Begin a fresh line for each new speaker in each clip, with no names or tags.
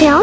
聊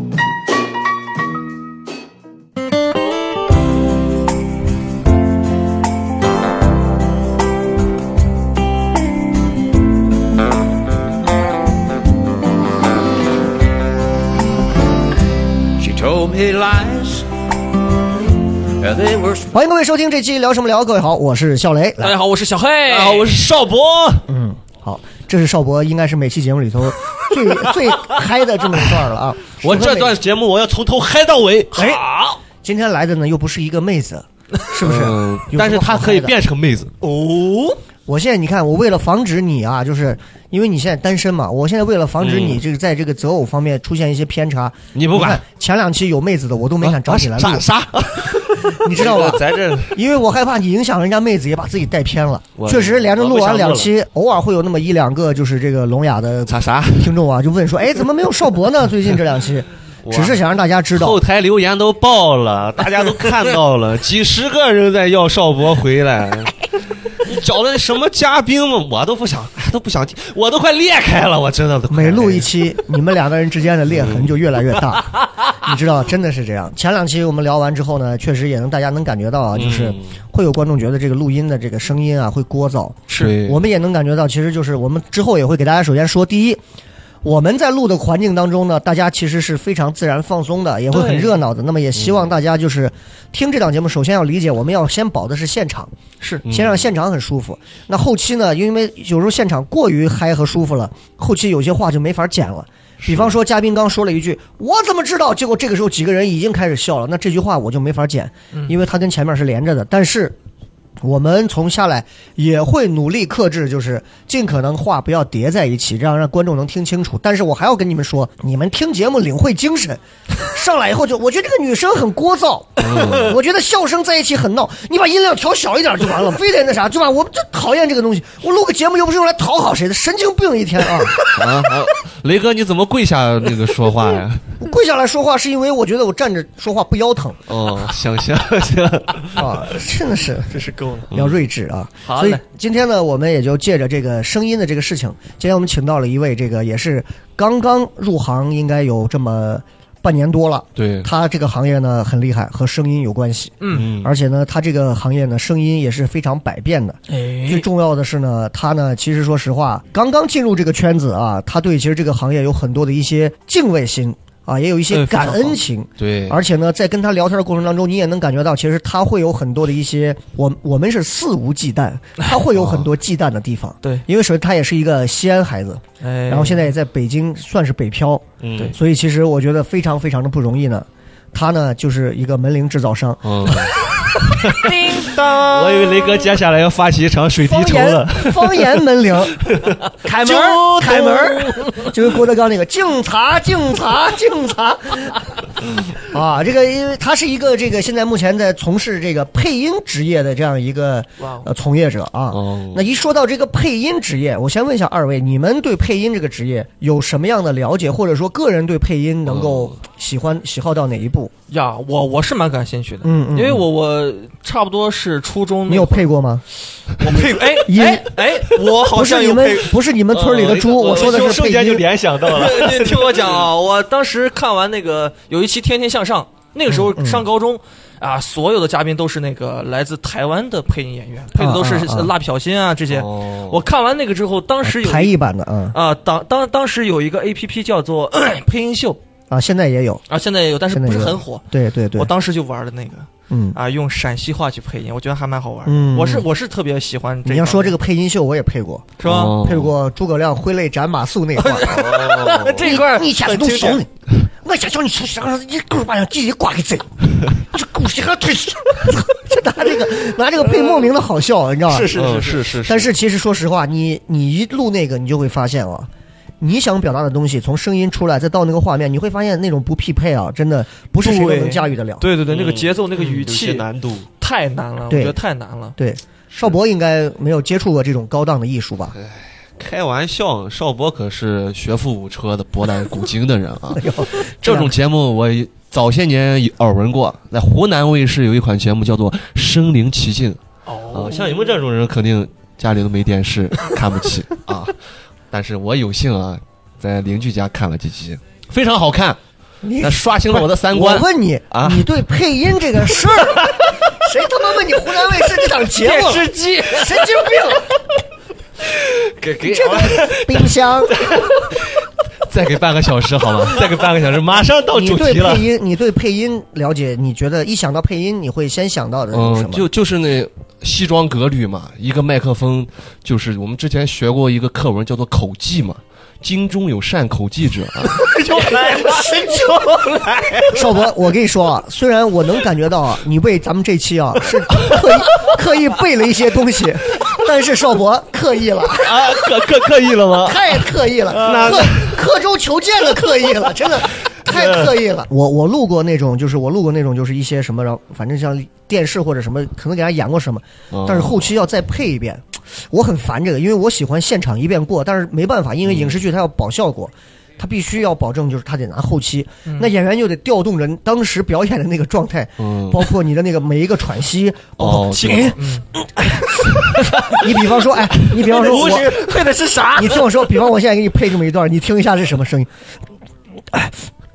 She told me lies. and They were
欢迎各位收听这期聊什么聊？各位好，我是笑雷。
大
哎
来，
家好，我是小黑。
大家好，我是邵博。
嗯，好，这是邵博，应该是每期节目里头 最最嗨的这么一段了啊。
我
首先
这段节目我要从头嗨到尾。
哎
好，
今天来的呢，又不是一个妹子，是不是？有什么
呃但是她
好嗨
可以
的。
变成妹子哦。
我现在你看，我为了防止你啊，就是因为你现在单身嘛，我现在为了防止你
嗯
这个在这个择偶方面出现一些偏差，
你不
看
管，啊
前两期有妹子的，我都没敢找你来录
啥，啥？
你知道啊 吗？
咱这
因为我害怕你影响人家妹子，也把自己带偏了。
我
确实，连着录完两期，偶尔会有那么一两个就是这个聋哑的
啥啥？
听众啊，就问说：“哎，怎么没有邵博 呢？最近这两期，
我
只是想让大家知道
后，台留言都爆了，大家都看 到了，几十个人在要邵博回来。你找的什么嘉宾吗？我都不想，都不想听，我都快裂开了，我真的都快
每录一
裂
期，你们两个人之间的裂痕就越来越大。
嗯
你知道，真的是这样。前两期我们聊完之后呢，确实也能大家能感觉到啊，
开
就是
嗯
会有观众觉得这个录音的这个声音啊会聒噪，
是
我们也能感觉到，其实就是我们之后也会给大家首先说，第一，我们在录的环境当中呢，大家其实是非常自然放松的，也会很
对
热闹的。那么也希望大家就是听这档节目，首先要理解，我们要先保的是现场，是先让现场很舒服。那后期呢，因为有时候现场过于嗨和舒服了，后期有些话就没法剪了。比方说，嘉宾刚说了一句“我怎么知道”，结果这个时候几个人已经开始笑了，那这句话我就没法剪，因为它跟前面是连着的。但是我们从下来也会努力克制，就是尽可能话不要叠在一起，这样让观众能听清楚。但是我还要跟你们说，你们听节目领会精神，上来以后就我觉得这个女生很聒噪，我觉得笑声在一起很闹，你把音量调小一点就完了，非得那啥，对吧？我就讨厌这个东西，我录个节目又不是用来讨好谁的，神经病一天啊！
啊，啊雷哥你怎么跪下那个说话呀？
我跪下来说话是因为我觉得我站着说话不腰疼
哦，行行行，
啊，真的 是。
这是够了。嗯
要睿智啊。
好
所
嘞
以今天呢，我们也就借着这个声音的这个事情，今天我们请到了一位这个也是刚刚入行，应该有这么半年多了。
嗯
对，
他这个行业呢很厉害，和声音有关系，
嗯，
而且呢，他这个行业呢声音也是非常百变的。最
哎，
重要的是呢，他呢其实说实话，刚刚进入这个圈子啊，他对其实这个行业有很多的一些敬畏心啊，也有一些
嗯非常
感
好
恩情。
对，
而且呢，在跟他聊天的过程当中，你也能感觉到，其实他会有很多的一些，我我们是肆无忌惮，他会有很多忌惮的地方。
对
因为首先他也是一个西安孩子，
哎，
然后现在也在北京算是北漂，
嗯
对
所以其实我觉得非常非常的不容易呢。他呢就是一个门铃制造商，
嗯，叮当！我以为雷哥接下来要发起一场水滴
方
筹
言
了。
方言门铃，
开
就开门儿，就跟郭德纲那个敬茶敬茶敬茶。啊，这个因为他是一个这个现在目前在从事这个配音职业的这样一个
哇哦
呃从业者啊。
哦
那一说到这个配音职业，我先问一下二位，你们对配音这个职业有什么样的了解，或者说个人对配音能够喜欢、喜好到哪一步？
呀，我我是蛮感兴趣的，
嗯嗯
因为我我差不多是初中
你
那
有
会儿，
配过吗？
我配哎
音
哎哎，我好
不是
像
你
有
们
配。，
不是你们村里的猪，
呃我
说的是
瞬
配
间就
音。
联想到了。
你 你听我讲啊，我当时看完那个有一期《天天向上》，那个时
嗯嗯
候上高中。啊，所有的嘉宾都是那个来自台湾的配音演员，配的都是
啊啊啊
蜡笔小新啊这些。
哦
我看完那个之后，当时有一
台译版的啊
啊，当当当时有一个 A P P 叫做 配音秀
啊，现在也有，
啊，现在也有，但是
现在
不是
也有
很火。
对对对
我，当时就玩了那个
嗯，
啊，用陕西话去配音，我觉得还蛮好玩。
嗯
我是我是特别喜欢这。
你要说这个配音秀，我也配过，
是吧？
哦
配过诸葛亮挥泪斩马谡那块 儿，
那这一块儿
你下次
很
弄
经
怂
典
你，我想叫你出声，你狗把自己挂给贼，这狗血个腿，就 拿这个拿这个配莫名的好笑，你知道吧？
是是是
嗯 是是是，
但是其实说实话，你你一录那个，你就会发现啊，你想表达的东西从声音出来，再到那个画面，你会发现那种不匹配啊，真的不是谁都
对
能驾驭得了。
对对对，那个节奏、那个语
嗯有些
气
难度。
太难了，我
对
觉得太难了。
对，邵博应该没有接触过这种高档的艺术吧？
开玩笑，邵博可是学富五车的、博览古今的人啊。
哎
这种节目我早些年有耳闻过，在湖南卫视有一款节目叫做《身临其境》啊、
哦，
像你们这种人肯定家里都没电 视，看不起啊。但是我有幸啊，在邻居家看了几集，非常好看，
你
那刷新了我的三
我
观。
问你
啊，
你对配音这个事儿， 谁他妈问你湖南卫视这档节目？
电视机，
神经病！
给给
这个冰箱，
再给半个小时好吗？ 再给半个小时，马上到
你
主
对
题了
配。音，你对配音了解？你觉得一想到配音，你会先想到的是什
嗯，
么？
就就是那西装革履嘛，一个麦克风，就是我们之前学过一个课文叫做《口技》嘛，京中有善口技者啊，
又来了，神经
邵博，我跟你说啊，虽然我能感觉到啊，你为咱们这期 啊是刻意刻意背了一些东西，但是邵博刻意了，
啊，刻刻刻意了吗？
太刻意了，
那
刻刻舟求剑的刻意了， 真的太刻意
嗯
了。我我录过那种，就是我录过那种，就是一些什么，然后反正像电视或者什么，可能给他演过什么，
嗯
但是后期要再配一遍。我很烦这个，因为我喜欢现场一遍过，但是没办法，因
嗯
为影视剧它要保效果，它必须要保证就是它得拿后期，那演员就得调动人当时表演的那个状态，
嗯，
包括你的那个每一个喘息，包括
哦
气
这个
你比方说，哎，你比方 说我，
配的是啥？
你听我说，比方我现在给你配这么一段，你听一下是什么声音。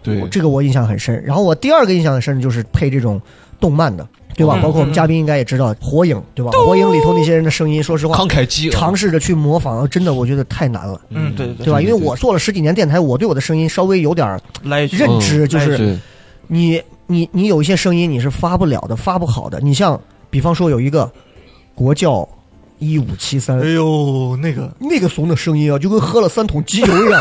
对
我，这个我印象很深。然后我第二个印象很深的就是配这种动漫的，对吧？
嗯
包括我们嘉宾应该也知道《火影》，对吧？《火影》里头那些人的声音，说实话
慷，慨激昂
尝试着去模仿，真的我觉得太难了，
嗯，对对对，
对吧？
对
因为我做了十几年电台，我对我的声音稍微有点儿
来一句
认知，就是
哎对，
你你你有一些声音你是发不了的，发不好的。你像比方说有一个国窖一五七三
哎，呦，那个
那个怂的声音啊，就跟喝了三桶机油一 样。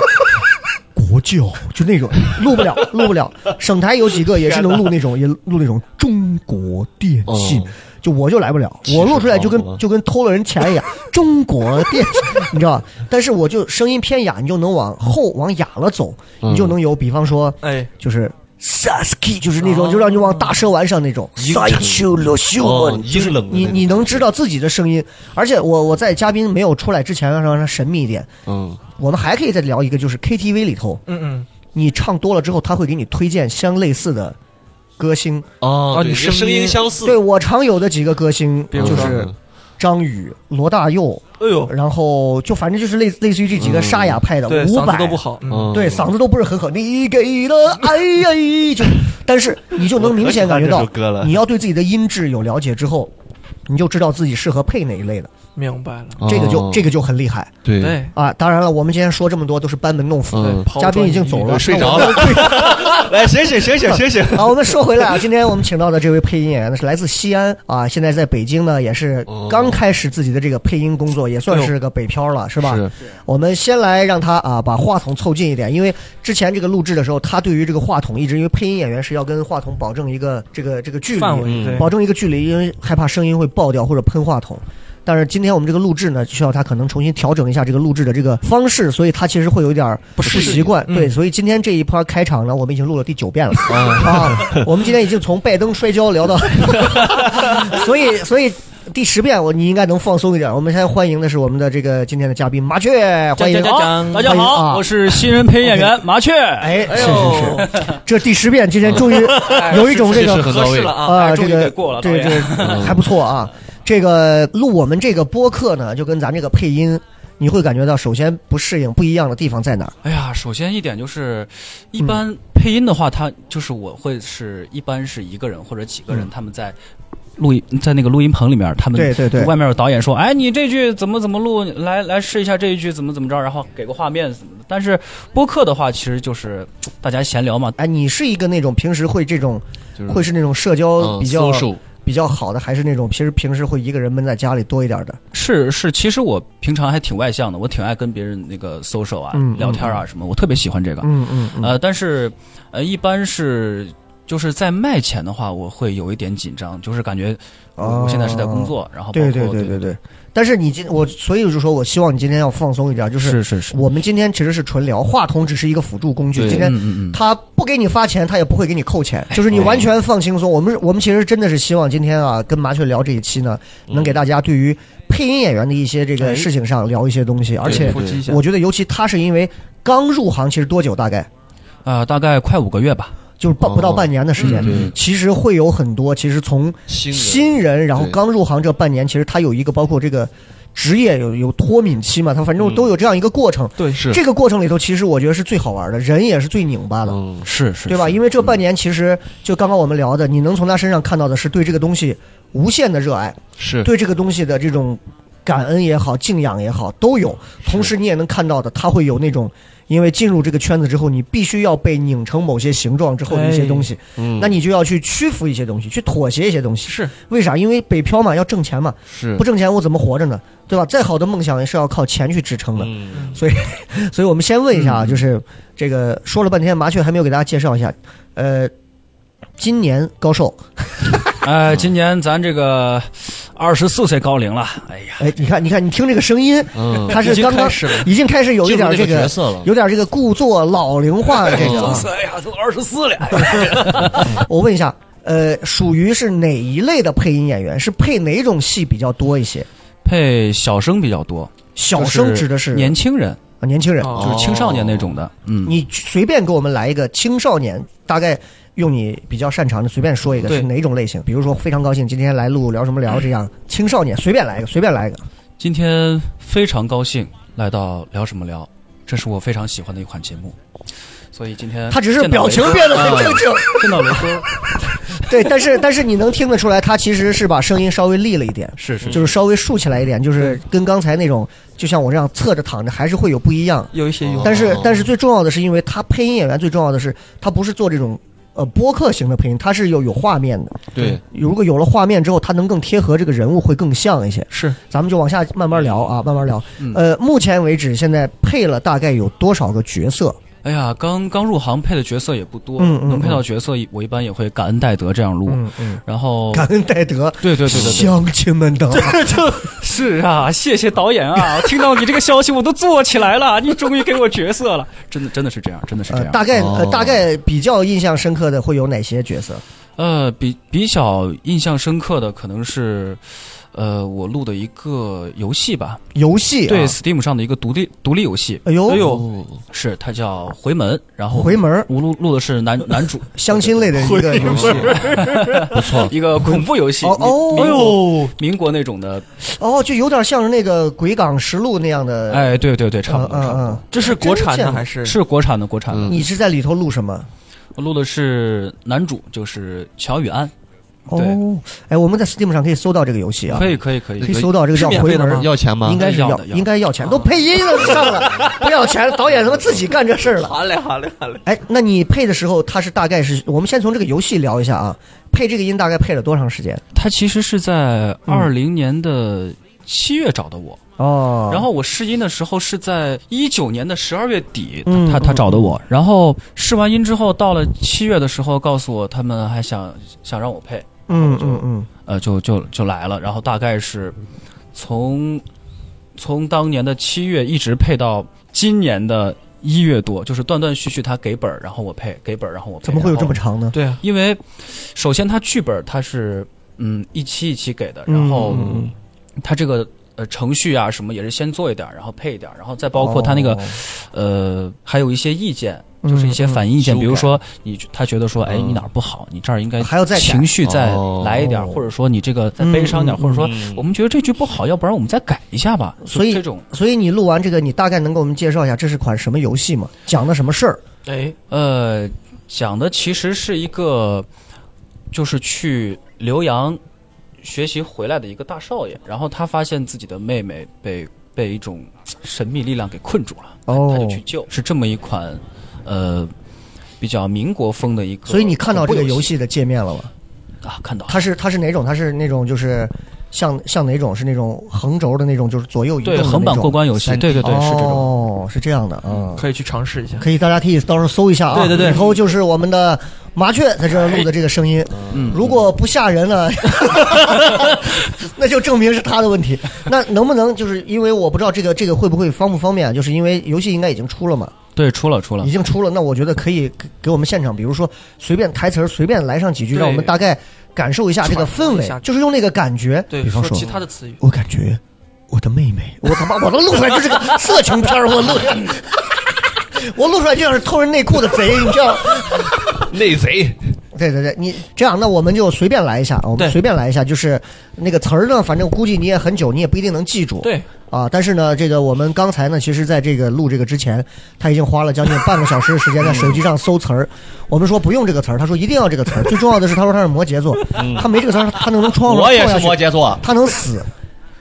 国窖就那种录不了，录不了。省台有几个也是能录那 种，也录那种中国电信，
嗯
就我就来不了，
气势
我录出来就跟
磅礴
就跟偷了人钱一样。中国电信， 你知道吧？但是我就声音偏哑，你就能往后往哑了走，你就
嗯
能有，比方说
哎，
就是 Sasuke，就是那种
哦
就让你往大蛇丸上那种。
阴沉
丘罗修
哦
文，
阴
啊
冷的
你
那
你
种
能知道自己的声音，而且我我在嘉宾没有出来之前，啊让他神秘一点。
嗯，
我们还可以再聊一个，就是 KTV 里头，
嗯嗯，
你唱多了之后，他会给你推荐相类似的歌星。
哦
哦
对
你声音
声音相似，
对我常有的几个歌星，
比如
就
说
是张宇、罗大佑，
哎呦，
然后就反正就是类类似于这几个沙哑派的，
嗯对，
伍
嗓
佰
子都不好，嗯，
嗯，
对，嗓子都不是很好。你给了爱呀，就，但是你就能明显感觉
我
到
可喜欢这首歌了，
你要对自己的音质有了解之后，你就知道自己适合配哪一类的，
明白了，
这个就
哦
这个就很厉害
对，
对，
啊！当然了，我们今天说这么多都是班门弄斧，
嗯
抛
嘉宾
砖
已经
引
走
玉
了，
睡着了
那我们。
来醒醒醒醒醒醒，
啊，我们说回来啊，今天我们请到的这位配音演员呢是来自西安啊，现在在北京呢也是
哦
刚开始自己的这个配音工作，也算是个北漂了，是吧？
哎是
我们先来让他啊把话筒凑近一点，因为之前这个录制的时候，他对于这个话筒一直因为配音演员是要跟话筒保证一个这个这个距离，啊
范围，对，
保证一个距离，因为害怕声音会爆掉或者喷话筒。但是今天我们这个录制呢，需要他可能重新调整一下这个录制的这个方式，所以他其实会有一点儿不
适应
习惯。
嗯
对，所以今天这一趴开场呢，我们已经录了第九遍了。
啊，
啊，我们今天已经从拜登摔跤聊到，所以所以第十遍我你应该能放松一点。我们现在欢迎的是我们的这个今天的嘉宾麻雀，欢迎。
讲
大家哎
欢迎啊
好，我是新人配音演 员麻雀。
哎，
哎
是是是，
呦，
这第十遍今天终于有一种这
是是
个
是
合适了啊，
啊，
哎
这
终于
个
给过了
这个
导
这
演
个还不错啊。这个录我们这个播客呢，就跟咱这个配音，你会感觉到首先不适应，不一样的地方在哪儿？
哎呀，首先一点就是，一般配音的话，他就是我会是一般是一个人或者几个人，他们在录音在那个录音棚里面，他们
对对对，
外面有导演说，哎，你这句怎么怎么录，来来试一下这一句怎么怎么着，然后给个画面什么的。但是播客的话，其实就是大家闲聊嘛，
哎，你是一个那种平时会这种
就是
会是那种社交
嗯
比较
social，
比较好的还是那种平时平时会一个人闷在家里多一点的。
是是，其实我平常还挺外向的，我挺爱跟别人那个 social 啊、
嗯
聊天啊什么，我特别喜欢这个。
嗯嗯嗯，
呃，但是呃，一般是就是在卖前的话，我会有一点紧张，就是感觉呃我,、
哦
现在是在工作，然后包
对
括
对对对对。但是你今我所以我就说我希望你今天要放松一点，就是
是是，
我们今天其实是纯聊，话筒只是一个辅助工具。
对
今
嗯
天
嗯嗯，
他不给你发钱，他也不会给你扣钱，就是你
哎
完全放轻松。我们我们其实真的是希望今天啊，跟麻雀聊这一期呢，
嗯
能给大家对于配音演员的一些这个
哎
事情上聊一些东西。而且
对
普及一下
我觉得，尤其他是因为刚入行，其实多久大概
啊、大概快五个月吧。
就是半
哦
不到半年的时间
嗯对，
其实会有很多，其实从
新人
新人，然后
对
刚入行这半年，其实他有一个包括这个职业有有脱敏期嘛，他反正
嗯
都有这样一个过程。
对是
这个过程里头，其实我觉得是最好玩的，人也是最拧巴的。
嗯
是是，
对吧？
是
因为这半年其实就刚刚我们聊的，你能从他身上看到的是对这个东西无限的热爱，
是
对这个东西的这种感恩也好、敬仰也好都有。同时你也能看到的，他会有那种因为进入这个圈子之后，你必须要被拧成某些形状之后的一些东西，
嗯
那你就要去屈服一些东西，去妥协一些东西。
是
为啥？因为北漂嘛，要挣钱嘛，
是
不挣钱我怎么活着呢？对吧？再好的梦想也是要靠钱去支撑的。
嗯
所以我们先问一下啊，就是这个说了半天，麻雀还没有给大家介绍一下，呃，今年高寿？
呃，今年咱这个二十四岁高龄了，哎呀，
哎，你看，你看，你听这个声音，
嗯，
他
已
是
经
刚刚
开始了
已经开始有一点
进入
这
这角
个，
色了，
有点这个故作老龄化的这个
嗯
啊。哎
哎呀，都二十四了，
我问一下，呃，属于是哪一类的配音演员？是配哪种戏比较多一些？
配小生比较多，
小生指的哦
就是年轻人，
啊年轻人，
哦
就是青少年那种的，嗯，
你随便给我们来一个青少年，大概用你比较擅长的随便说一个
对
是哪种类型？比如说非常高兴今天来录聊什么聊这
嗯
样，青少年随便来一个，随便来一个。
今天非常高兴来到聊什么聊，这是我非常喜欢的一款节目，所以今天
他只是
呃见到
表
雷
情
哥
变得很
啊
正 经，
见到雷哥，
对，但是但是你能听得出来，他其实是把声音稍微立了一点，
是是
就是稍微竖起来一点，就是跟刚才那种就像我这样侧着躺着还是会有不一样。
有一些
哦
有，
但是但是最重要的是，因为他配音演员最重要的是，他不是做这种呃播客型的配音，他是有有画面的。
对，
如果有了画面之后，他能更贴合这个人物，会更像一些。
是
咱们就往下慢慢聊啊，慢慢聊。
嗯
呃，目前为止，现在配了大概有多少个角色？
哎呀，刚刚入行配的角色也不多，
嗯嗯
能配到角色，我一般也会感恩戴德这样录，
嗯嗯，
然后
感恩戴德，
对对对对对。
乡亲们 的
是啊，谢谢导演啊！听到你这个消息，我都坐起来了。你终于给我角色了，真的真的是这样，真的是这
呃，
样。
大概、呃
哦
大概比较印象深刻的会有哪些角色？
呃，比比较印象深刻的可能是，呃，我录的一个游戏吧，
游戏、啊、
对 Steam 上的一个独立独立游戏，
哎呦，
哎呦
哦
是它叫《回门》，然后
回门儿
我录录的是男男主
相亲类的一个游戏。
不错，
一个恐怖游戏，
哦哦
民民国民国那种的，
哦，就有点像是那个《鬼港实录》那样的，
哎，对对对，差
嗯，
不
嗯
多差不多。
嗯
这是国产
真见
的
过
还是
是国产的，国产的。
嗯
你是在里头录什么？
我录的是男主，就是乔宇安。
哦
对，
哎，我们在 Steam 上可以搜到这个游戏啊
可，以，可嗯以，可以
可以。搜到这个叫《
是免
回
费的
门
吗》，
要钱吗？
应该是
要
要
的要的
应该要钱，都配音都上了，不要钱，导演他妈自己干这事儿了。
好嘞，好嘞，好嘞。
哎，那你配的时候，他是大概是我们先从这个游戏聊一下啊，配这个音大概配了多长时间？
他其实是在
嗯
二零年的七月找的我，
哦
然后我试音的时候是在一九年的十二月底，
嗯
他
嗯
他找的我。然后试完音之后，到了七月的时候，告诉我他们还想想让我配，
嗯嗯嗯，
呃，就就就来了。然后大概是从从当年的七月一直配到今年的一月多，就是断断续续他给本儿，然后我配，给本儿，然后我配。
怎么会有这么
然后？
长呢？
对啊，
因为首先他剧本儿他是嗯一期一期给的，然后
嗯
他这个。呃，程序啊，什么也是先做一点儿，然后配一点儿，然后再包括他那个、
哦
呃，还有一些意见，就是一些反意见，
嗯嗯
比如说你他觉得说，哎，
嗯
你哪儿不好，你这儿应该
还要再改
情绪再
哦
来一点儿，或者说你这个再悲伤点儿，
嗯嗯
或者说
嗯
我们觉得这句不好，要不然我们再改一下吧。
所以
就这种
所以你录完这个，你大概能给我们介绍一下这是款什么游戏吗？讲的什么事儿？
哎，
呃，讲的其实是一个，就是去留洋学习回来的一个大少爷，然后他发现自己的妹妹被被一种神秘力量给困住了，
哦
他就去救，是这么一款呃比较民国风的一个恐怖游戏。
所以你看到这个游戏的界面了吗？
啊，看到了
它是它是哪种？它是那种就是像像哪种？是那种横轴的那种，就是左右移动
对
的
横
那
版
种
过关游戏，
3D
对对对，是这种。
哦，是这样的啊。
可以去尝试一下。
可以大家可以到时候搜一下啊。
对对对
以后就是我们的麻雀在这儿录的这个声音，
嗯
如果不吓人呢， 那就证明是他的问题。那能不能就是因为我不知道这个这个会不会方不方便，啊就是因为游戏应该已经出了嘛，
对，出了出了
已，经出了，那我觉得可以给给我们现场，比如说随便台词儿随便来上几句，
对
让我们大概感受一下这个氛
一下
围，就是用那个感觉，
对，
比方
说
说
其他的词语，
我感觉我的妹妹， 我他妈我能录出来就是个色情片儿，我录出 来，我录出来就像是偷人内裤的贼，你知道？
内贼，
对对对，你这样，那我们就随便来一下，我们
对
随便来一下，就是那个词儿呢，反正估计你也很久，你也不一定能记住。
对，
啊，但是呢，这个我们刚才呢，其实在这个录这个之前，他已经花了将近半个小时的时间在手机上搜词儿。我们说不用这个词儿，他说一定要这个词儿。最重要的是，他说他是摩羯座，他没这个词儿，他能能创
嗯我也
创
是
下去
摩羯座，
他能死。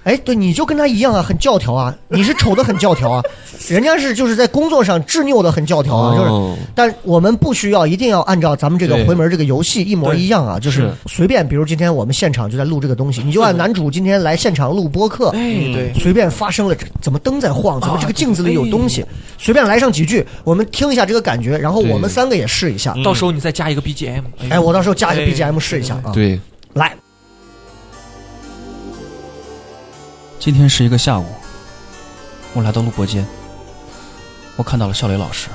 哎，对，你就跟他一样啊，很教条啊，你是丑的很教条啊，人家是就是在工作上执拗的很教条啊，
哦
就是，但我们不需要一定要按照咱们这个
对
回门这个游戏一模一样啊，就是
是
随便，比如今天我们现场就在录这个东西，你就按男主今天来现场录播客，
哎，对，
随便发生了这怎么灯在晃，怎么
啊
这个镜子
哎
里有东西，随便来上几句，我们听一下这个感觉，然后我们三个也试一下，
嗯
到时候你再加一个 BGM。
哎，我到时候加一个
哎
BGM 试一下啊，
对，
来，
今天是一个下午，我来到录播间，我看到了笑雷老师，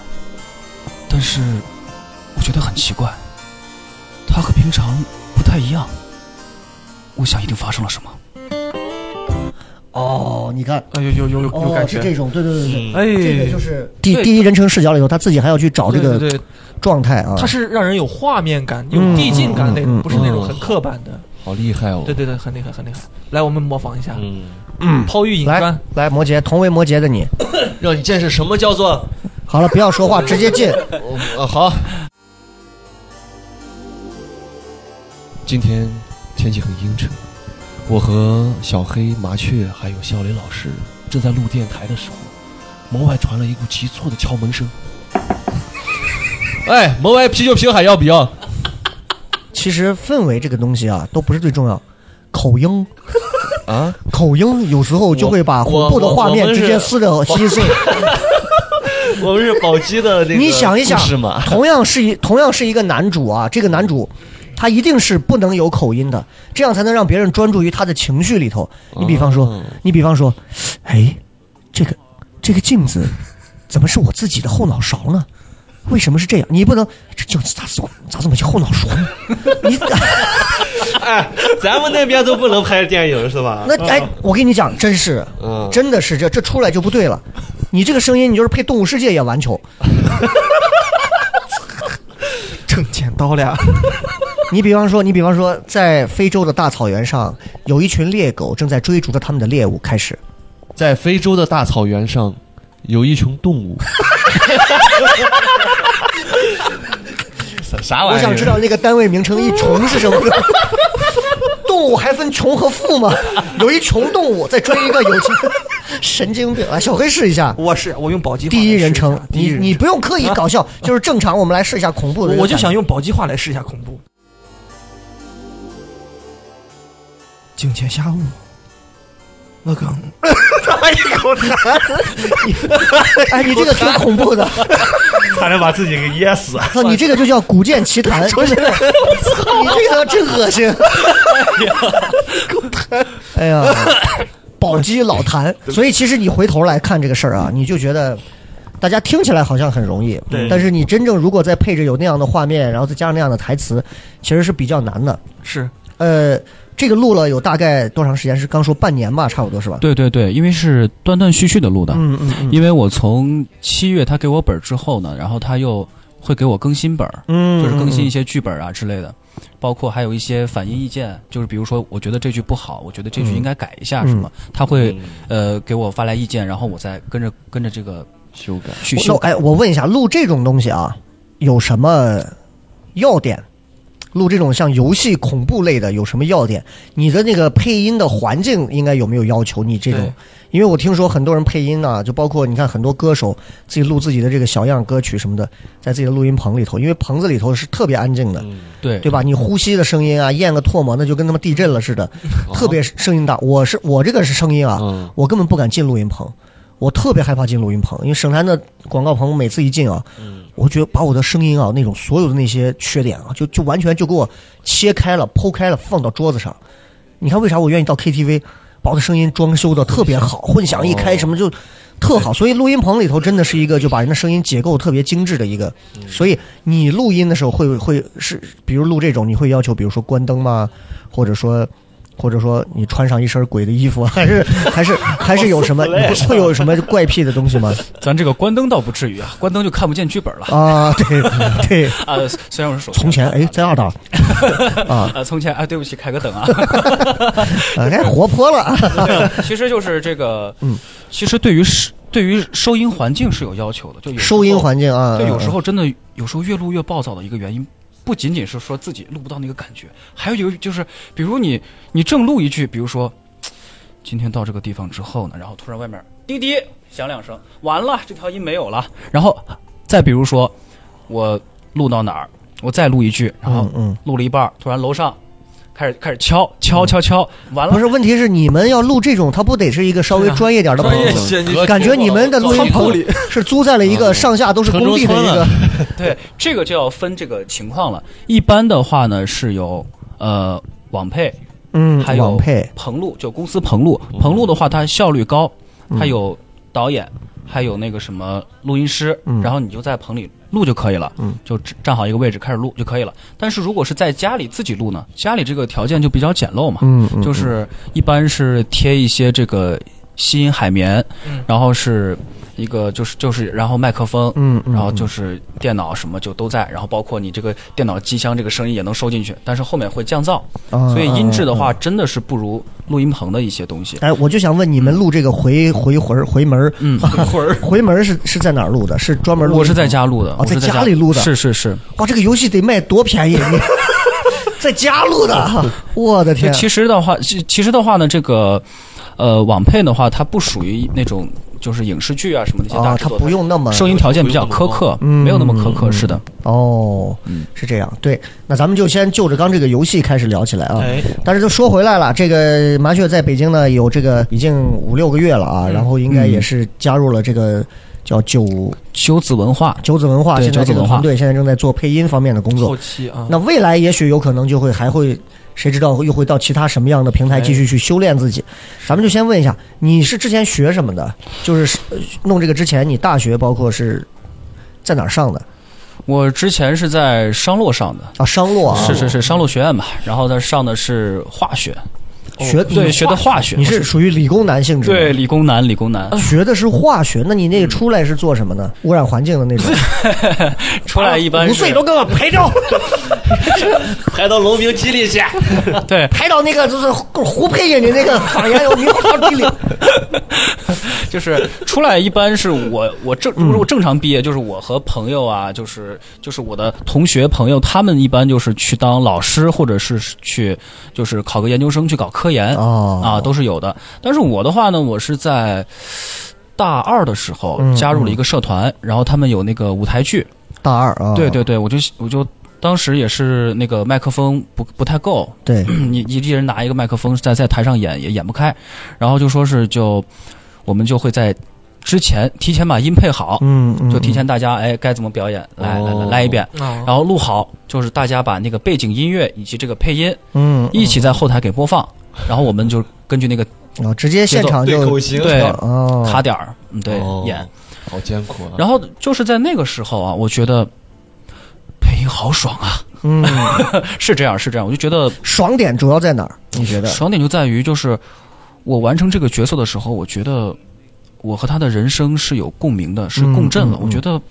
但是我觉得很奇怪，他和平常不太一样。我想一定发生了什么。
哦，你看，
哎呦有有有有
哦
感，
是
觉，
这种，对对对对。
嗯
哎，
这个就是第
对
第一人称视角里头，他自己还要去找这
对
个
对对，
状态啊。
它是让人有画面感、有
嗯
递进感那
嗯嗯
种，不是那种
嗯
很刻板的。
好厉害哦，
对对对，很厉害，很厉害。来，我们模仿一下，
嗯，
抛玉引
来
砖。
来，摩羯，同为摩羯的你，
让你见识什么叫做，
好了，不要说话，直接 进。
呃，好，今天天气很阴沉，我和小黑、麻雀还有笑雷老师正在录电台的时候，门外传来一股急促的敲门声。哎，门外啤酒瓶还要不要？
其实氛围这个东西啊，都不是最重要，口音，
啊，
口音有时候就会把
我
恐怖的
我
画
我
面
们
直接
是
撕的稀碎。
我们是宝鸡的那
你想一想，同样是一同样是一个男主啊，这个男主。他一定是不能有口音的，这样才能让别人专注于他的情绪里头。你比方说，
哦
你比方说，哎，这个这个镜子怎么是我自己的后脑勺呢？为什么是这样？你不能这镜子咋怎么咋这么就后脑勺 呢？你
哎，咱们那边都不能拍电影是吧？
那哎，我跟你讲，真是，
嗯
真的是这这出来就不对了。你这个声音，你就是配《动物世界》也完 球。
正剪刀俩，
你比方说，你比方说，在非洲的大草原上，有一群猎狗正在追逐着他们的猎物，开始。
在非洲的大草原上，有一群动物。
哎
啥
我想知道那个单位名称一虫是什么？ 动物还分穷和富吗？ 有一穷动物在追一个有钱，神经病啊！小黑试一下，
我是我用宝鸡话
第一人称
来试，一下第一
你
人
你
称
不用刻意搞笑，就是正常。我们来试一下恐怖的，
我就想。用宝鸡话来试一下恐怖。警前下午，我刚他一口痰，
哎，你这个挺恐怖的，
差点把自己给噎死。
操，你这个就叫古剑奇 谭，真是，你这个真恶心。 哎呀，宝鸡老谭，所以其实你回头来看这个事儿啊，你就觉得。大家听起来好像很容易，
对
但是你真正如果再配着有那样的画面，然后再加上那样的台词，其实是比较难的。
是
呃，这个录了有大概多长时间？是刚说半年吧，差不多是吧？
对对对，因为是断断续续的录的，
嗯嗯嗯
因为我从七月他给我本儿之后呢，然后他又会给我更新本儿，
嗯，
就是更新一
些。
些剧本啊之类的，包括还有一些反映意见，就是比如说我觉得这句不好，我觉得这
嗯
句应该改一下什么，他会呃给我发来意见，然后我再跟着跟着这个
修改。
去
那
修
我
改。
哎，我问一下，录这种东西啊，有什么要点？录这种像游戏恐怖类的有什么要点？你的那个配音的环境应该有没有要求？你这种
对，
因为我听说很多人配音呢、就包括你看很多歌手自己录自己的这个小样歌曲什么的，在自己的录音棚里头，因为棚子里头是特别安静的，
对
对吧？你呼吸的声音啊，咽个唾沫，那就跟他妈地震了似的，
哦
特别声音大。我是我这个是声音啊，
嗯
我根本不敢进录音棚，我特别害怕进录音棚，因为省坛的广告棚每次一进啊，我觉得把我的声音啊那种所有的那些缺点啊，就就完全就给我切开了、剖开了，放到桌子上。你看为啥我愿意到 KTV，把我的声音装修的特别好，混响一开什么就特好，所以录音棚里头真的是一个就把人的声音解构特别精致的一个。所以你录音的时候会会是，比如录这种，你会要求比如说关灯吗？或者说。或者说你穿上一身鬼的衣服， 还是还是还是有什么你会会有什么怪癖的东西吗？
咱这个关灯倒不至于啊，关灯就看不见剧本 了
啊，对对，
啊。 虽然我是手
从前哎，在二道啊，
啊，从前啊，对不起，开个 灯啊。
啊哎，活泼了啊，
其实就是这个，
嗯
其实对于是对于收音环境是有要求的，就有时候
收音环境啊，
对，有时候真的，有时候越录越暴躁的一个原因，不仅仅是说自己录不到那个感觉，还有一个就是，比如你你正录一句，比如说今天到这个地方之后呢，然后突然外面滴滴响两声，完了这条音没有了，然后再比如说我录到哪儿，我再录一句，然后
嗯嗯，
录了一半儿，突然楼上开始开始敲敲敲敲，完了
不是，问题是你们要录这种，它不得是一个稍微专业 点的棚
专业
子吗
些你
感觉你们的录音棚是租在了一个上下都是工地的一个，
对，这个就要分这个情况了。一般的话呢，是有呃网配，
嗯
还，有
网配，
棚录，就公司棚录。
嗯
棚录的话，它效率高，它有导演，还有那个什么录音师，
嗯
然后你就在棚里录就可以了，
嗯
就只站好一个位置开始录就可以了。但是如果是在家里自己录呢，家里这个条件就比较简陋嘛，
嗯，嗯
就是一般是贴一些这个吸音海绵，然后是一个就是就是然后麦克风，
嗯，嗯
然后就是电脑什么就都在，然后包括你这个电脑机箱这个声音也能收进去，但是后面会降噪，所以音质的，
嗯啊啊
话真的是不如录音棚的一 些东西。
哎，我就想问你们录这个回回魂回门儿
嗯，
回门儿是是在哪儿录的？是专门录？
我是在，家录的，我是
哦在
在
家里录的
是是是。
哇，这个游戏得卖多便 宜？你在家录的，我的
就
天，啊
其实的话，其其实的话呢，这个呃网配的话，它不属于那种就是影视剧啊什么那些大
啊，
制
它
作，
不用那么
收音条件比较苛刻，
嗯
没有那么苛刻，是的。
哦，
嗯
是这样，对，那咱们就先就着刚这个游戏开始聊起来啊。
哎，
但是就说回来了，这个麻雀在北京呢有这个已经五六个月了
嗯
啊，然后应该也是加入了这个叫九
修子文化，
九子文化，
对
现在
九子
这个
文化
团队现在正在做配音方面的工作
后。期
哦
啊，
那未来也许有可能就会还会，谁知道又会到其他什么样的平
哎
台继续去修炼自己？咱们就先问一下，你是之前学什么的？就是呃弄这个之前，你大学包括是在哪儿上的
我之前是在商洛上的，
啊？商洛啊，
是是是商洛学院吧，然后他上的是化学，
哦学
对，学的化学，
嗯你是呃属于理工男性质吗，
对嗯理工男，理工男
学的是化学，那你那个出来是做什么呢？污染环境的那 种，
出来一般
五
是
岁都给我拍照，
拍到农民基地去。
对，
拍到那个就是胡配音的那个方言，我牛到地里。
就是出来一般是我我正
嗯
如果我正常毕业，就是我和朋友啊，就是就是我的同学朋友，他们一般就是去当老师，或者是去就是考个研究生去搞科研
哦
啊，都是有的。但是我的话呢，我是在大二的时候
嗯
加入了一个社团，然后他们有那个舞台剧，
大二啊，
对对对，我就我就当时也是那个麦克风不不太够，
对，
你你一人拿一个麦克风在在台上演也演不开，然后就说是就我们就会在之前提前把音配好，
嗯，嗯哦
就提前大家哎该怎么表演来来来来一遍，
然
然后录好，就是大家把那个背景音乐以及这个配音
嗯，
一起在后台给播放，然后我们就根据那个
啊，直接现场就
型
对
哦，
卡点儿，嗯对
哦
演，
好艰苦啊！
然后就是在那个时候啊，我觉得配音好爽啊，
嗯，
是这样是这样，我就觉得
爽点主要在哪儿？你觉得？
爽点就在于，就是我完成这个角色的时候，我觉得我和他的人生是有共鸣的，是共振了。
嗯嗯嗯
我觉得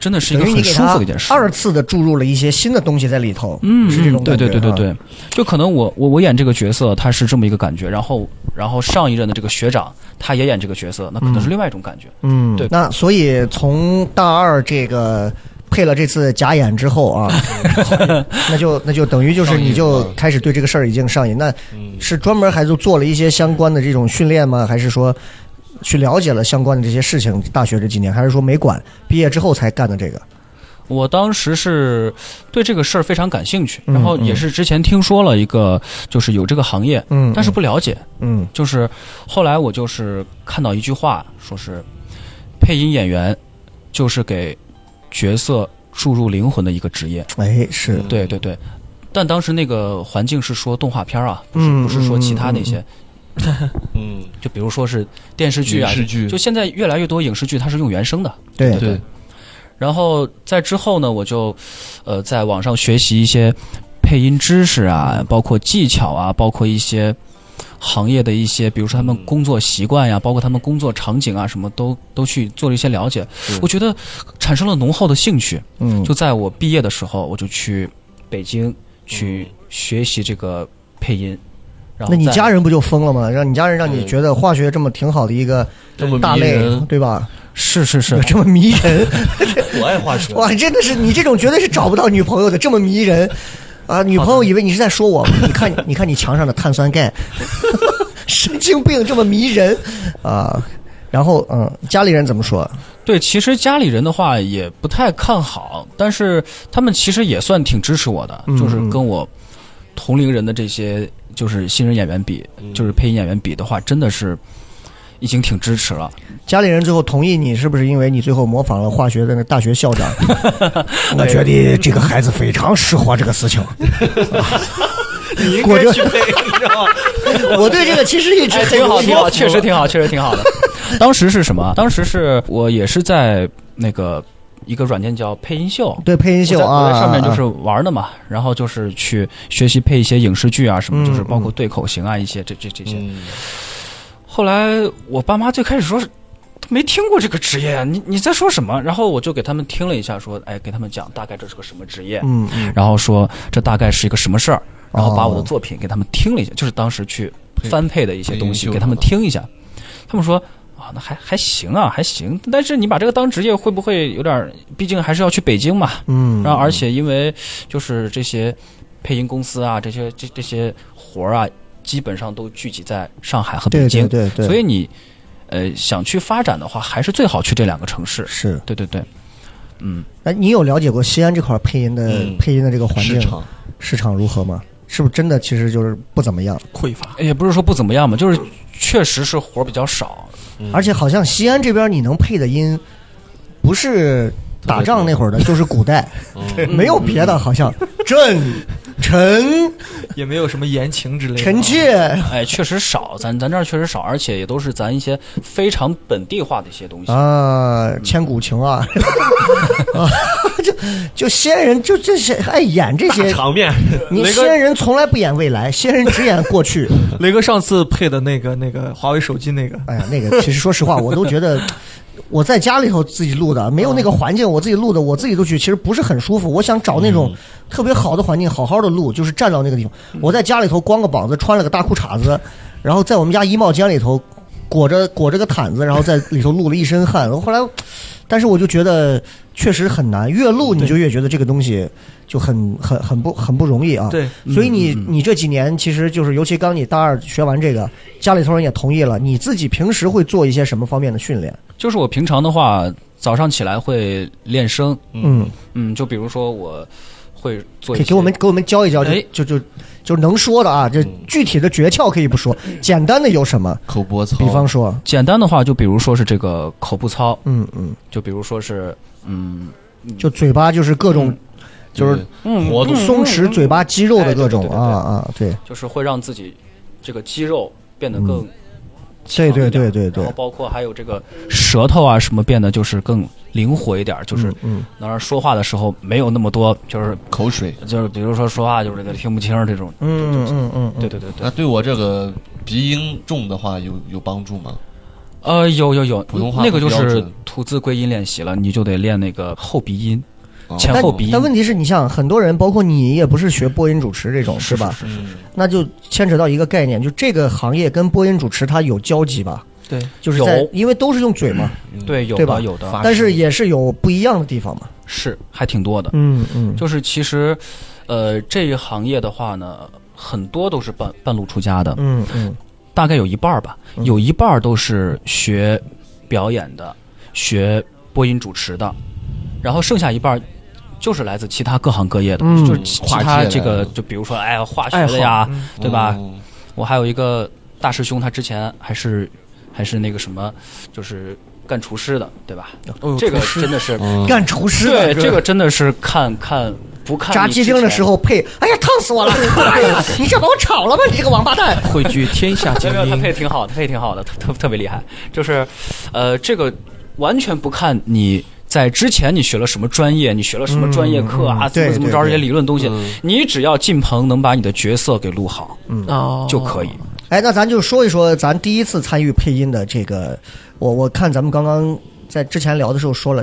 真的是一
等
个
于你
很
给
舒服
他
的一件事。
二次的注入了一些新的东西在里头，
嗯，
是这种
嗯对
感觉
对对对
啊
对，就可能我我我演这个角色，他是这么一个感觉，然后然后上一任的这个学长他也演这个角色，那可能是另外一种感觉。
嗯，
对
那所以从大二这个配了这次假眼之后 啊，那就那就等于就是你就开始对这个事儿已经上瘾。那
嗯
是专门还就做了一些相关的这种训练吗？还是说去了解了相关的这些事情？大学这几年，还是说没管毕业之后才干的这个？
我当时是对这个事儿非常感兴
嗯
趣，然后也是之前听说了一个，就是有这个行业，
嗯
但是不了解，
嗯
就是后来我就是看到一句话，说是配音演员就是给角色注入灵魂的一个职业，
哎，是
嗯
对对对，但当时那个环境是说动画片儿啊，不是
嗯
不是说其他那些，
嗯，
就比如说是电视剧啊，
影视剧
就现在越来越多影视剧它是用原声的，
嗯对
对
对，
然后在之后呢，我就呃在网上学习一些配音知识啊，包括技巧啊，包括一些行业的一些，比如说他们
嗯
工作习惯呀、包括他们工作场景啊，什么都都去做了一些了解。我觉得产生了浓厚的兴趣。
嗯，
就在我毕业的时候，我就去北京去学习这个配音。然后
嗯那你
在
家人不就疯了吗？让你家人让你觉得化学这么挺好的一个
这么
大
迷
类，
人，
对吧？
是是是
有，这么迷人，
我爱化学，
哇，真的是你这种绝对是找不到女朋友的，这么迷人啊！女朋友以为你是在说我，你看你看你墙上的碳酸钙， 神经病这么迷人啊！然后嗯，家里人怎么说？
对，其实家里人的话也不太看好，但是他们其实也算挺支持我的，
嗯
就是跟我同龄人的这些就是新人演员比，
嗯
就是配音演员比的话，真的是已经挺支持了。
家里人最后同意你，是不是因为你最后模仿了化学的那大学校 长？我觉得这个孩子非常适合这个事情。
你应
果
该
真
去配，你知道吗？
我对这个其实一直
哎，
很
挺
有
好，挺好，
说服
确实挺好，确实挺好的。当时是什么？当时是我也是在那个一个软件叫配音秀。
对配音秀
我在我
啊，
在上面就是玩的嘛，然后就是去学习配一些影视剧啊什么，
嗯
就是包括对口型啊一些这这这些。
嗯，
后来我爸妈最开始说是没听过这个职业呀，你你在说什么？然后我就给他们听了一下，说，哎，给他们讲大概这是个什么职业，
嗯嗯
然后说这大概是一个什么事儿，然后把我的
哦
作品给他们听了一下，就是当时去翻配的一些东
配
西
音秀
给他们听一下，他们说。啊，那还还行啊，还行。但是你把这个当职业会不会有点儿？毕竟还是要去北京嘛。
嗯，
然后，而且因为就是这些配音公司啊，这些这这些活儿啊，基本上都聚集在上海和北
对
京。
对对对，
所以你呃想去发展的话，还是最好去这两个城市。
是
对对对，嗯，
哎，你有了解过西安这块配音的、
嗯
配音的这个环境
市场
市场如何吗？是不是真的其实就是不怎么样？
匮乏。
也不是说不怎么样嘛，就是确实是活儿比较少。
而且好像西安这边你能配的音，不是打仗那会儿的，就是古代，
嗯
没有别的，好像朕、臣、
也没有什么言情之类的啊。
臣妾
哎，确实少，咱咱这儿确实少，而且也都是咱一些非常本地化的一些东西。
啊，千古情啊， 啊就就西安人就这些爱演这
大
些。
场面，
你
雷
西
哥
安人从来不演未来，西安人只演过去。
雷哥上次配的那个那个华为手机那个，
哎呀，那个其实说实话，我都觉得我在家里头自己录的，没有那个环境，我自己录的，我自己都觉得其实不是很舒服。我想找那种特别好的环境，好好的录，就是站到那个地方。我在家里头光个膀子，穿了个大裤衩子，然后在我们家衣帽间里头裹着裹着个毯子，然后在里头录了一身汗。后来，但是我就觉得确实很难，越录你就越觉得这个东西就很很很不很不容易啊。
对，
嗯
所以你你这几年其实就是，尤其刚你大二学完这个，家里头人也同意了。你自己平时会做一些什么方面的训练？
就是我平常的话，早上起来会练声，
嗯，
嗯，就比如说我会做一
可以
些
给我们给我们教一教，
哎
就就就就能说的啊，这具体的诀窍可以不说，简单的有什么？
口播操，
比方说，
简单的话，就比如说是这个口部操，
嗯嗯，
就比如说是嗯
就嘴巴就是各种就是
嗯
活动
松弛嘴巴肌肉的各
哎
种
对对对
啊啊，对
就是会让自己这个肌肉变得更强
对
一点、
对对对对
啊然后，包括还有这个舌头啊什么变得就是更灵活一点，就是
嗯
能让说话的时候没有那么多就是
口水。
就是比如说说话就是这个听不清儿这种，
嗯嗯嗯嗯，
对对对对，
那对我这个鼻音重的话有有帮助吗？
呃有有有，
普通话
那个就
不标
是
准
吐字归音练习了，你就得练那个后鼻音、
哦
前
但
后鼻音，
但问题是你像很多人，包括你也不是学播音主持这种，是吧？
嗯
那就牵扯到一个概念，就这个行业跟播音主持它有交集吧？
对，
就是在
有嗯
因为都是用嘴嘛，
嗯
对有
对
的
吧？
有的
但是也是有不一样的地方嘛。
是还挺多的。
嗯嗯，
就是其实，呃，这一行业的话呢，很多都是半半路出家的，
嗯嗯，
大概有一半儿吧，有一半儿都是学表演的，学播音主持的，然后剩下一半儿就是来自其他各行各业的，
嗯
就是其
跨
其
界
他
的
这个，就比如说哎呀化学
爱
的呀
好，
对吧？
嗯
我还有一个大师兄，他之前还是还是那个什么，就是干厨师的，对吧？
哦
这个真的是，
嗯
干厨师的
对这个真的是看看不看
炸
你
鸡
之
丁的
前
时候配，哎呀，烫死 我了！哎呀，你这把我炒了吧，你这个王八蛋！
汇聚天 下精
没有，没有他配
英
的。挺好，他配的挺好的，特特特别厉害。就是，呃，这个完全不看你在之前你学了什么专业，你学了什么专业课
嗯
啊，
嗯
怎么怎么
对
着
对
这些理论东西
嗯，
你只要进棚能把你的角色给录好
哦，
就可以。
哎，那咱就说一说咱第一次参与配音的这个，我我看咱们刚刚在之前聊的时候说了，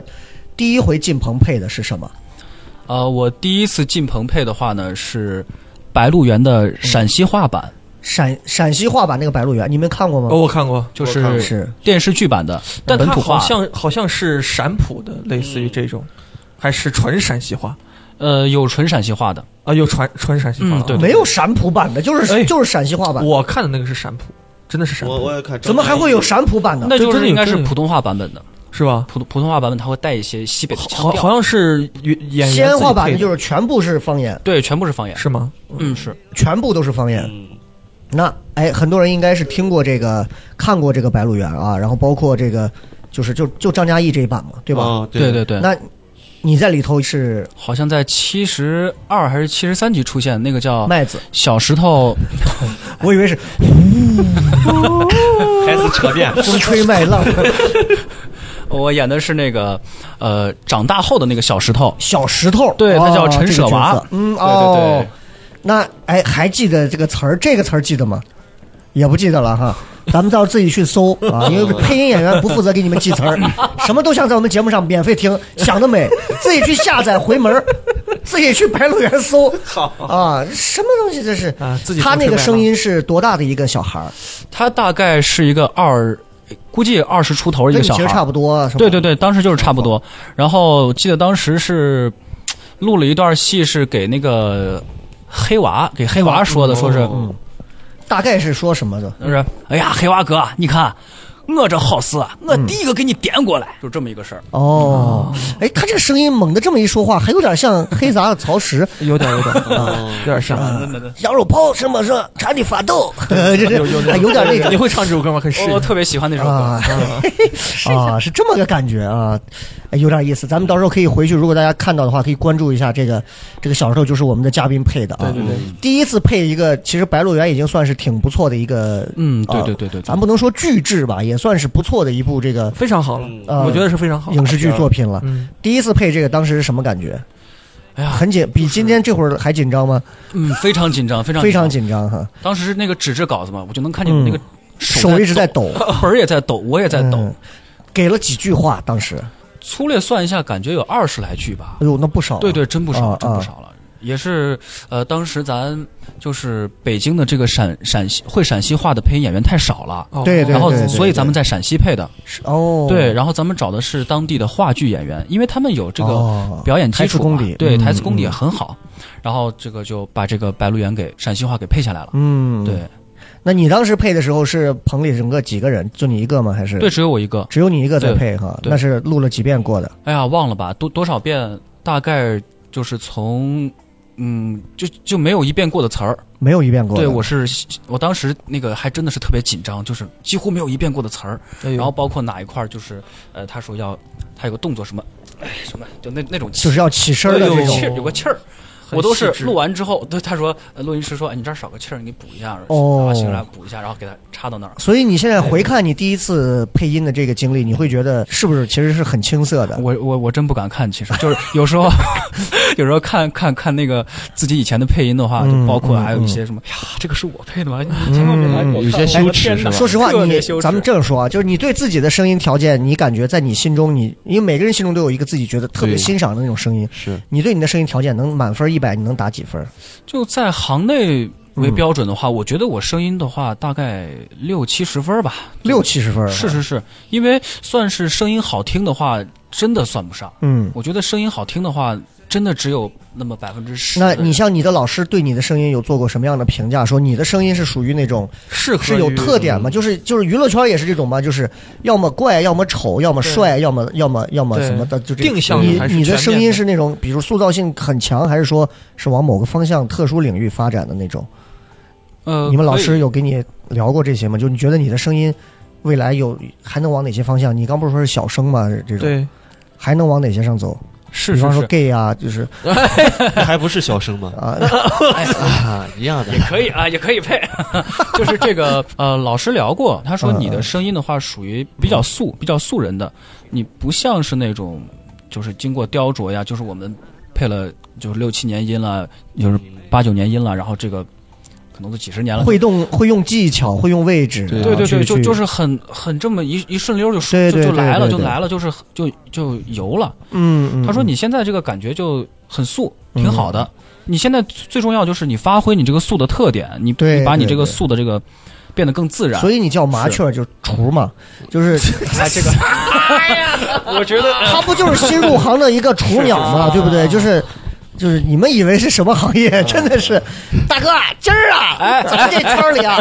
第一回进棚配的是什么？
呃，我第一次进棚配的话呢是白鹿原的陕西话版，
陕陕西话版那个《白鹿原》，你们看过吗？
哦，我看过，
就
看
是
是
电视剧版的
但
本
它
土
好
化。
像好像是陕普的，类似于这种，还是纯陕西话
呃，有纯陕西话的，
啊？有纯纯陕西话
嗯
啊，
对
没有陕普版的，就是、
哎
就是陕西话版，
我看的那个是陕普，真的是陕
我
普，
我也看，
怎么还会有陕普版的？
那就
真的
是
有
应该是
这个
普通话版本的。
是吧？
普通普通话版本它会带一些西北的
好，
腔
好
调，
像是演演
西
员
安
自己
话版
配
的
的
就是全部是方言，
对，全部是方言。
是吗？
嗯，是。
全部都是方言。
嗯
那哎，很多人应该是听过这个、看过这个《白鹿原》啊，然后包括这个，就是就就张嘉译这一版嘛，对
嗯
吧？
哦
啊
对对对，
那你在里头是
好像在七十二还是七十三集出现那个叫
麦子，
小石头，
我以为是
台词扯变？
风吹麦浪，
我演的是那个呃长大后的那个小石头，
小石头，
对他
哦
叫陈舍娃
这个角色嗯，
对对对
哦，那哎，还记得这个词儿？这个词儿记得吗？也不记得了哈，咱们到时候自己去搜啊，因为配音演员不负责给你们记词儿，什么都想在我们节目上免费听，想得美，自己去下载回门儿，自己去白鹿原搜 啊，什么东西这是？
啊自己
他那
风吹
个
麦浪
声音是多大的一个小孩儿？
他大概是一个二，估计二十出头的一
跟
个
你
小
其
孩
实差
儿。
不多，是吧？
对对对，当时就是差不多。然后记得当时是录了一段戏，是给那个黑娃给黑娃说的，说是。
哦大概是说什么的？
就是哎呀，黑娃哥，你看，我这好事，我第一个给你点过来，就这么一个事儿。
哦，哎，他这个声音猛的这么一说话，还有点像黑杂的曹石，
有点 有点
哦
有点像，
羊肉泡什么什么，馋你发抖， 这是
有有
哎有点那
你
种
会唱这首歌吗？可以试一
我
下
我特别喜欢那首歌，
啊啊，是这么个感觉啊，哎有点意思。咱们到时候可以回去，如果大家看到的话，可以关注一下这个这个小石头，就是我们的嘉宾配的啊。
对对对，
第一次配一个，其实《白鹿原》已经算是挺不错的一个，
嗯对
啊
对对对对
咱不能说巨制吧，也算是不错的一部这个
非常好了，
嗯
呃
我
嗯
觉得是非常好的
影视剧作品了。
嗯，
第一次配这个，当时是什么感觉？
哎呀
很紧，比今天这会儿还紧张吗？
嗯，非常紧张，非常
非常
紧
紧张哈，
张。当时是那个纸质稿子嘛，我就能看见那个
手一直在
在
抖，
抖， 本儿也在抖，我也在抖。
嗯给了几句话，当时，
粗略算一下，感觉有二十来句吧
哎。呦，那不少啊，
对对，真不
啊
少，真
啊
不少了。也是，呃，当时咱就是北京的这个陕陕西会陕西话的配音演员太少了，
哦
对对
然后
对
所以咱们在陕西配的，
哦，
对，然后咱们找的是当地的话剧演员，因为他们有这
哦
个表演基
台词
础
功
嘛，
底
对，
嗯
台词功底也
嗯
很好。然后这个就把这个《白鹿原》给陕西话给配下来了。
嗯，。
对，
那你当时配的时候是棚里整个几个人？就你一个吗？还是
对，，只有我一个。
只有你一个在配哈？
对对
那是录了几遍过的？
哎呀，忘了吧，多多少遍，大概就是从。嗯，就就没有一遍过的词儿。
没有一遍过的。
对，我是我当时那个还真的是特别紧张，就是几乎没有一遍过的词儿。
然
哎
然后包括哪一块儿，就是呃，他说要他有个动作什么，哎什么，就那那种气
就是要起身儿的
对有
这
个
种
气。儿，有个气儿。我都是录完之后，对他说，呃录音师说，哎，你这儿少个气儿，你补一下，
哦
然后醒来补一下，然后给他插到那儿。
所以你现在回看你第一次配音的这个经历，你会觉得是不是其实是很青涩的？
我我我真不敢看，其实就是 有时候，有时候看看看那个自己以前的配音的话，
嗯
就包括
嗯
还有一些什么，哎呀，这个是我配的吗？ 你千万别
嗯
来给我
有些
看
羞耻是吧？
说实话，
特
你
别羞耻
咱们这样说啊，就是你对自己的声音条件，你感觉在你心中你，因为每个人心中都有一个自己觉得特别
对
欣赏的那种声音，
是
你对你的声音条件能满分一百，你能打几分？
就在行内为
嗯
标准的话，我觉得我声音的话大概六七十分吧。
六七十分，啊
是是是，因为算是声音好听的话，真的算不上。
嗯
我觉得声音好听的话，真的只有那么百分之十。
那你像你的老师对你的声音有做过什么样的评价？说你的声音是属于那种
适合
是有特点
嗯
吗？就是就是娱乐圈也是这种吗？就是要么怪，要么丑，要么帅，要么要么要么
对
什么的，就这种
定向
你
还是
你的
全
声
面
音
的
是那种，比如塑造性很强，还是说是往某个方向特殊领域发展的那种？
呃，
你们老
可以
师有给你聊过这些吗？就你觉得你的声音未来有还能往哪些方向？你刚不是说是小声吗？这种
对，
还能往哪些上走？
是
比
是
方说
是，
gay 啊，就是
那还不是小生吗？
啊，
啊，一样的
也。可以啊，也可以配。 嗯就是这个呃，老师聊过，他说你的声音的话属于比较素、比较素人的，你不像是那种就是经过雕琢呀，就是我们配了就是六七年音了，就是八九年音了，然后这个可能都几十年了。
会动会用技巧，会用位置，
对
对对
去
对，就
去
就是很很这么一一顺溜就
对
说就
对
就
对
来了，
对
就
对
来了，就是很就就游了。
嗯嗯，
他说
嗯
你现在这个感觉就很素，
嗯
挺好的。你现在最重要就是你发挥你这个素的特点，你
对
你把你
对
这个
对
素的这个变得更自然。
所以你叫麻雀就是雏嘛，就是
哎，这个，我觉得啊
它不就是新入行的一个雏鸟嘛，对不对？就是。就是你们以为是什么行业？真的是，
嗯
大哥，今儿啊，
哎
咱们这圈儿 里啊，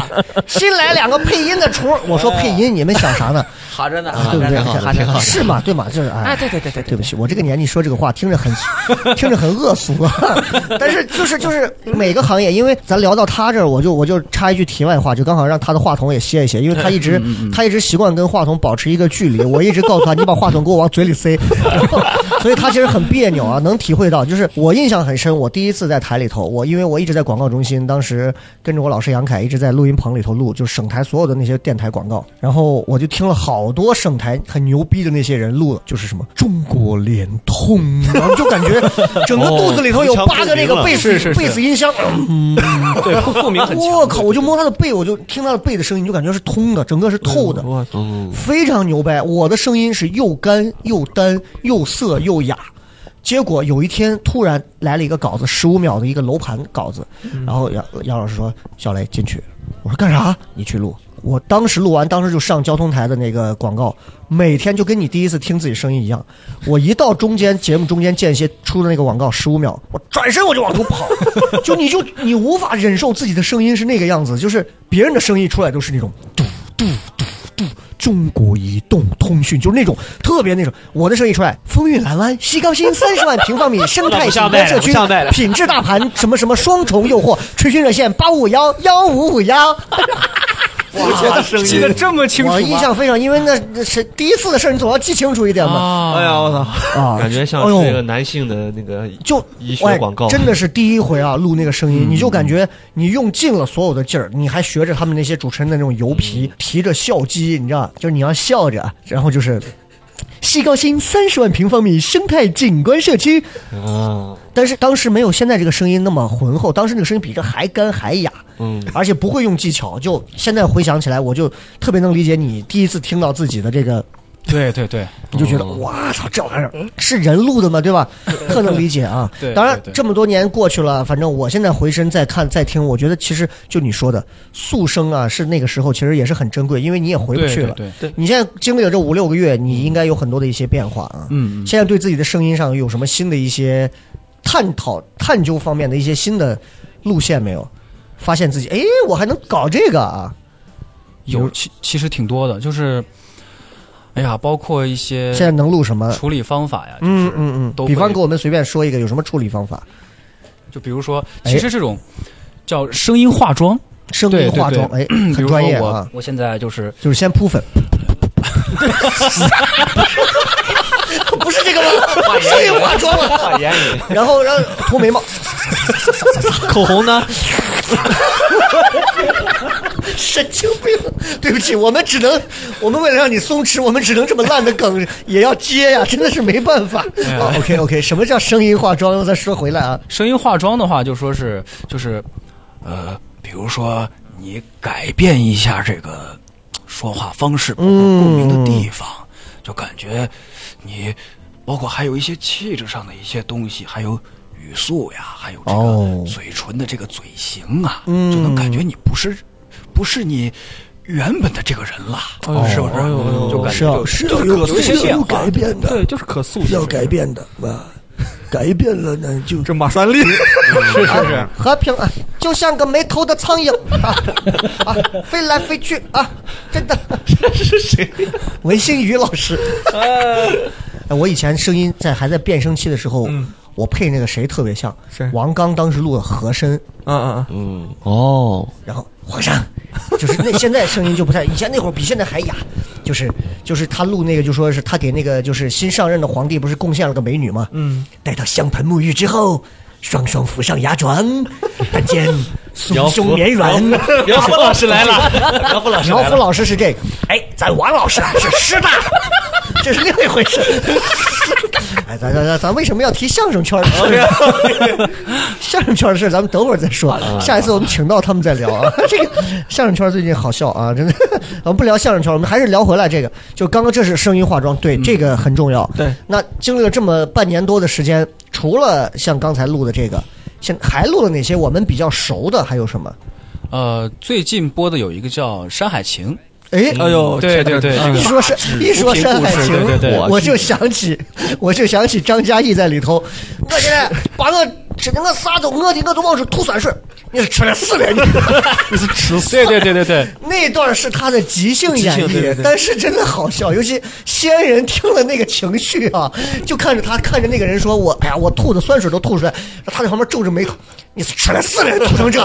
新来两个配音的雏儿。我说
哎
配音，你们想啥 呢？啊
好着呢，
对不对？
挺好的
想
挺好的
是嘛？对嘛？就是
啊，
哎，
对对对对
对不起，我这个年纪说这个话听着很 听着很恶俗啊， 但是就是就是每个行业，因为咱聊到他这儿，我就我就插一句题外话，就刚好让他的话筒也歇一歇，因为他一直、他一直习惯跟话筒保持一个距离，我一直告诉他你把话筒给我往嘴里塞， 然后所以他其实很别扭啊，能体会到。就是我印象很深，我第一次在台里头，我因为我一直在广告中心，当时跟着我老师杨凯一直在录音棚里头录，就省台所有的那些电台广告，然后我就听了好多省台很牛逼的那些人录，就是什么中国联通，然后就感觉整个肚子里头有八个那个贝斯、贝斯音箱，
对，共鸣很强。
我靠！我就摸他的背，我就听他的背的声音，就感觉是通的，整个是透的，
我
嗯，
非常牛掰。我的声音是又干又单又涩又哑。结果有一天突然来了一个稿子，十五秒的一个楼盘稿子，然后杨杨老师说：“小雷进去。”我说：“干啥？你去录。”我当时录完，当时就上交通台的那个广告，每天就跟你第一次听自己声音一样。我一到中间节目中间间歇出的那个广告十五秒，我转身我就往出跑，就你就你无法忍受自己的声音是那个样子，就是别人的声音出来都是那种嘟嘟嘟嘟，中国移动通讯就是那种特别那种，我的声音出来，风韵蓝湾西高新三十万平方米生态景观社区，品质大盘什么什么双重诱惑，垂询热线八五幺幺五五幺。
记得这么清楚吗
我印象非常，因为那那是第一次的事儿，你总要记清楚一点嘛。
啊，
哎呀，我 操！
啊，
感觉像
哎呦
这个男性的那个
就
医学广告嗯
哎真的是第一回啊，录那个声音，你就感觉你用尽了所有的劲儿，你还学着他们那些主持人的那种油皮，
嗯
提着笑肌，你知道，就是你要笑着，然后就是。西高新三十万平方米生态景观社区，
啊，
但是当时没有现在这个声音那么浑厚，当时那个声音比这还干还哑，
嗯，
而且不会用技巧。就现在回想起来，我就特别能理解你第一次听到自己的这个
对对对，
你就觉
哦
得哇操，这玩意儿是人录的吗？嗯对吧？特能理解啊。
对
当然
对对
这么多年过去了，反正我现在回身再看再听，我觉得其实就你说的速声啊，是那个时候其实也是很珍贵，因为你也回不去了。
对对
你现在经历了这五六个月，你应该有很多的一些变化啊。
嗯，嗯
现在对自己的声音上有什么新的一些探讨、探究方面的一些新的路线没有？发现自己，哎，我还能搞这个啊！
有其其实挺多的，就是，哎呀，包括一些
现在能录什么？
呃处理方法呀，就
嗯
是
嗯
都
嗯，
会
比方给我们随便说一个，有什么处理方法？
就比如说，
哎
其实这种叫声音化妆，
声音化妆， 哎，
比
很
如
专
说
业
我
啊，
我现在就是
就是先铺粉。不是这个吗？声音化妆了，
化言语，
然后让涂眉毛，
口红 呢？
神经病！对不起，我们只能，我们为了让你松弛，我们只能这么烂的梗也要接呀、真的是没办法。
哎
啊、OK OK，什么叫声音化妆？再说回来啊，
声音化妆的话，就说是就是，呃，比如说你改变一下这个说话方式，包括
嗯
共鸣的地方，就感觉你包括还有一些气质上的一些东西，还有
语速呀，还有这
哦
个嘴唇的这个嘴型啊，
嗯
就能感觉你不是不是你原本的这个人了，
哎呦
哦
是不是？
哎呦
就感
是啊
觉
是
就
要
是
有
可有一些
是
啊
要
变
有
化
改。变的，
对，就是可塑
是
性
要改变的啊，改变了呢就
嗯这马三立
是是是，和平啊，就像个没头的苍蝇啊啊，飞来飞去啊，真的。这是谁？文心宇老师。哎，我以前声音在还在变声期的时候，我配那个嗯谁特别像，
谁
王刚当时录的和声，
嗯嗯嗯，
嗯，哦，
然后皇上，就是那现在声音就不太，以前那会儿比现在还哑，就是就是他录那个就说是他给那个就是新上任的皇帝不是贡献了个美女嘛，嗯，待他香盆沐浴之后，双双扶上牙床，但见酥胸绵软，
苗阜老师来了，苗阜老师
苗
来了，
阜老师是这个，哎，咱王老师啊是师大， 这是另一回事。 哎，咱咱咱咱为什么要提相声圈的事儿？ 相声圈的事儿咱们等会儿再说，下一次我们请到他们再聊啊。 这个相声圈最近好笑啊，真的。我们不聊相声圈，我们还是聊回来这个。就刚刚这是声音化妆，嗯对、这个很重要。
对，
那经历了这么半年多的时间，除了像刚才录的这个，现还录了哪些我们比较熟的？还有什么？
呃，最近播的有一个叫《山海情
哎，
哎呦，
对对嗯对，这
一
个
说山，一说山海情，
对对对
我就想起，我就想起张嘉译在里头。我现在把我吃的我啥都，我的我都往出吐酸水，你是吃了死了你。
你是吃死
对对对对对，
那段是他的即兴演
即兴对对
绎，
对
但是真的好笑，尤其西安人听了那个情绪啊，就看着他看着那个人说：“我哎呀，我吐的酸水都吐出来。”他在旁边皱着眉头：“你是吃了死人吐成 这？”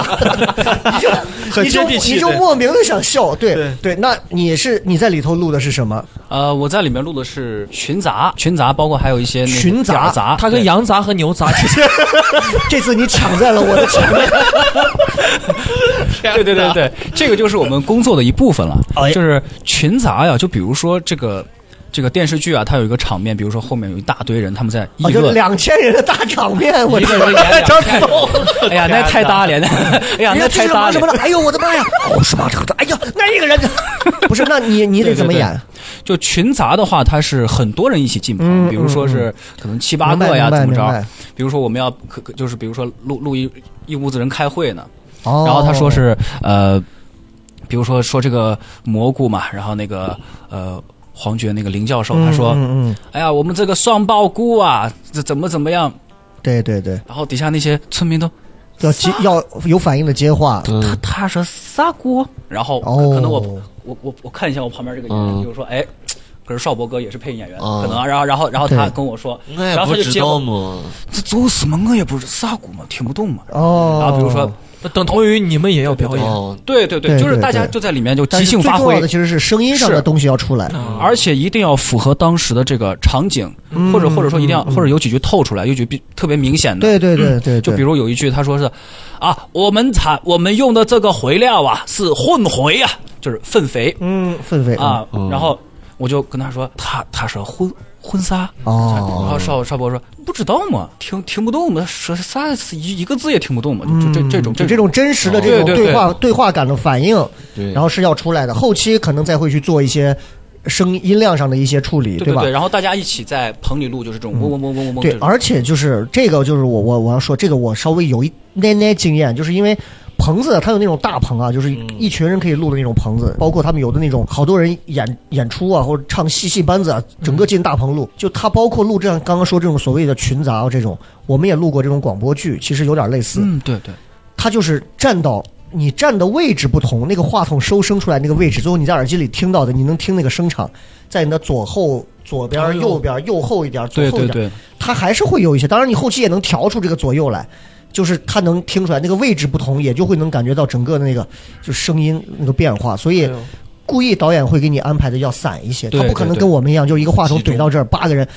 很
你就
接
你
地
就
气
你就
对
莫名的想笑，对
对
对。那你是你在里头录的是什么？
呃，我在里面录的是群杂，群杂包括还有一些那个
群杂
点儿杂，
他跟
对
羊杂和牛杂其 实
这次你抢在了我的前 面。
对对对对，这个就是我们工作的一部分了。
哎
就是群杂呀，就比如说这个这个电视剧啊，它有一个场面，比如说后面有一大堆人他们在议
啊，就
论。
两千人的大场面，我
一个人演两 天哎呀，那太搭脸了！ 哎呀，
你
那
要这
太
是
搭
忙什
脸
么。的？哎呦，我的妈呀！哦，是吗？这个的，哎呀，那一个人 不是？那你你得怎么
对对对
演？
就群杂的话，它是很多人一起进棚，比如说是可能七八
嗯明白
个呀，
明白
怎么
明
着
白？
比如说我们要可可就是比如说录录一一屋子人开会呢，
哦
然后他说是呃，比如说说这个蘑菇嘛，然后那个呃黄觉那个林教授他说，
嗯嗯嗯
哎呀，我们这个双爆菇啊，这怎么怎么样？
对对对，
然后底下那些村民都
要接要有反应的接话。
他
嗯
他说啥菇？然后
嗯哦
可能我、我我我看一下我旁边这个演员，
嗯
比如说哎。可是邵博哥也是配音演员，
哦
可能啊然后然后然后他
对
跟我说，
我也
然后
不
他就
知
接
道
我，
嘛。
这走什么我也不知啥鼓嘛，听不懂嘛。
哦，
然后比如说，
等同于你们也要表演，
哦，
对对
对
对，就是
对
大家
对
就在里面就
但
即
是
兴
最
发
重
挥
要的，其实是声音上的
是嗯
东西要出来。
而且一定要符合当时的这个场景，
嗯
或者或者说一定要，或者有几句透出来，有几句比特别明显的。
对对对对，
就
对
比如有一句他说是，啊，我们产我们用的这个肥料啊是混肥啊，就是粪肥
嗯，氛围
啊。
嗯
然后我就跟他说，他他说婚婚纱。然
哦，
后邵邵博说不知道嘛，听听不懂嘛，说啥一一个字也听不懂嘛，就这这种
嗯就这种真实的这种
对对对
对话对话感的反应，
对，
然后是要出来的，后期可能再会去做一些声音量上的一些处理，
对
吧？嗯
对，然后大家一起在棚里录，就是这种嗡嗡嗡嗡嗡嗡
对
这，种。
而且就是这个，就是我我我要说这个，我稍微有一奶奶经验，就是因为棚子它有那种大棚啊，就是
嗯
一群人可以录的那种棚子，包括他们有的那种好多人演演出啊，或者唱戏戏班子啊，
嗯
整个进大棚录。就他包括录这样刚刚说这种所谓的群杂啊这种，我们也录过这种广播剧，其实有点类似，
嗯，对对，
他就是站到。你站的位置不同，那个话筒收声出来那个位置，最后你在耳机里听到的，你能听那个声场，在你的左后、左
哎
边、
呦
右边、右后一点、左
对
后一
对
点，
对，
它还是会有一些，当然你后期也能调出这个左右来，就是它能听出来那个位置不同，也就会能感觉到整个的那个就声音那个变化，所以。
嗯
故意导演会给你安排的要散一些，他
对
不可能
对对
跟我们一样，就一个话筒怼到这儿，八个人，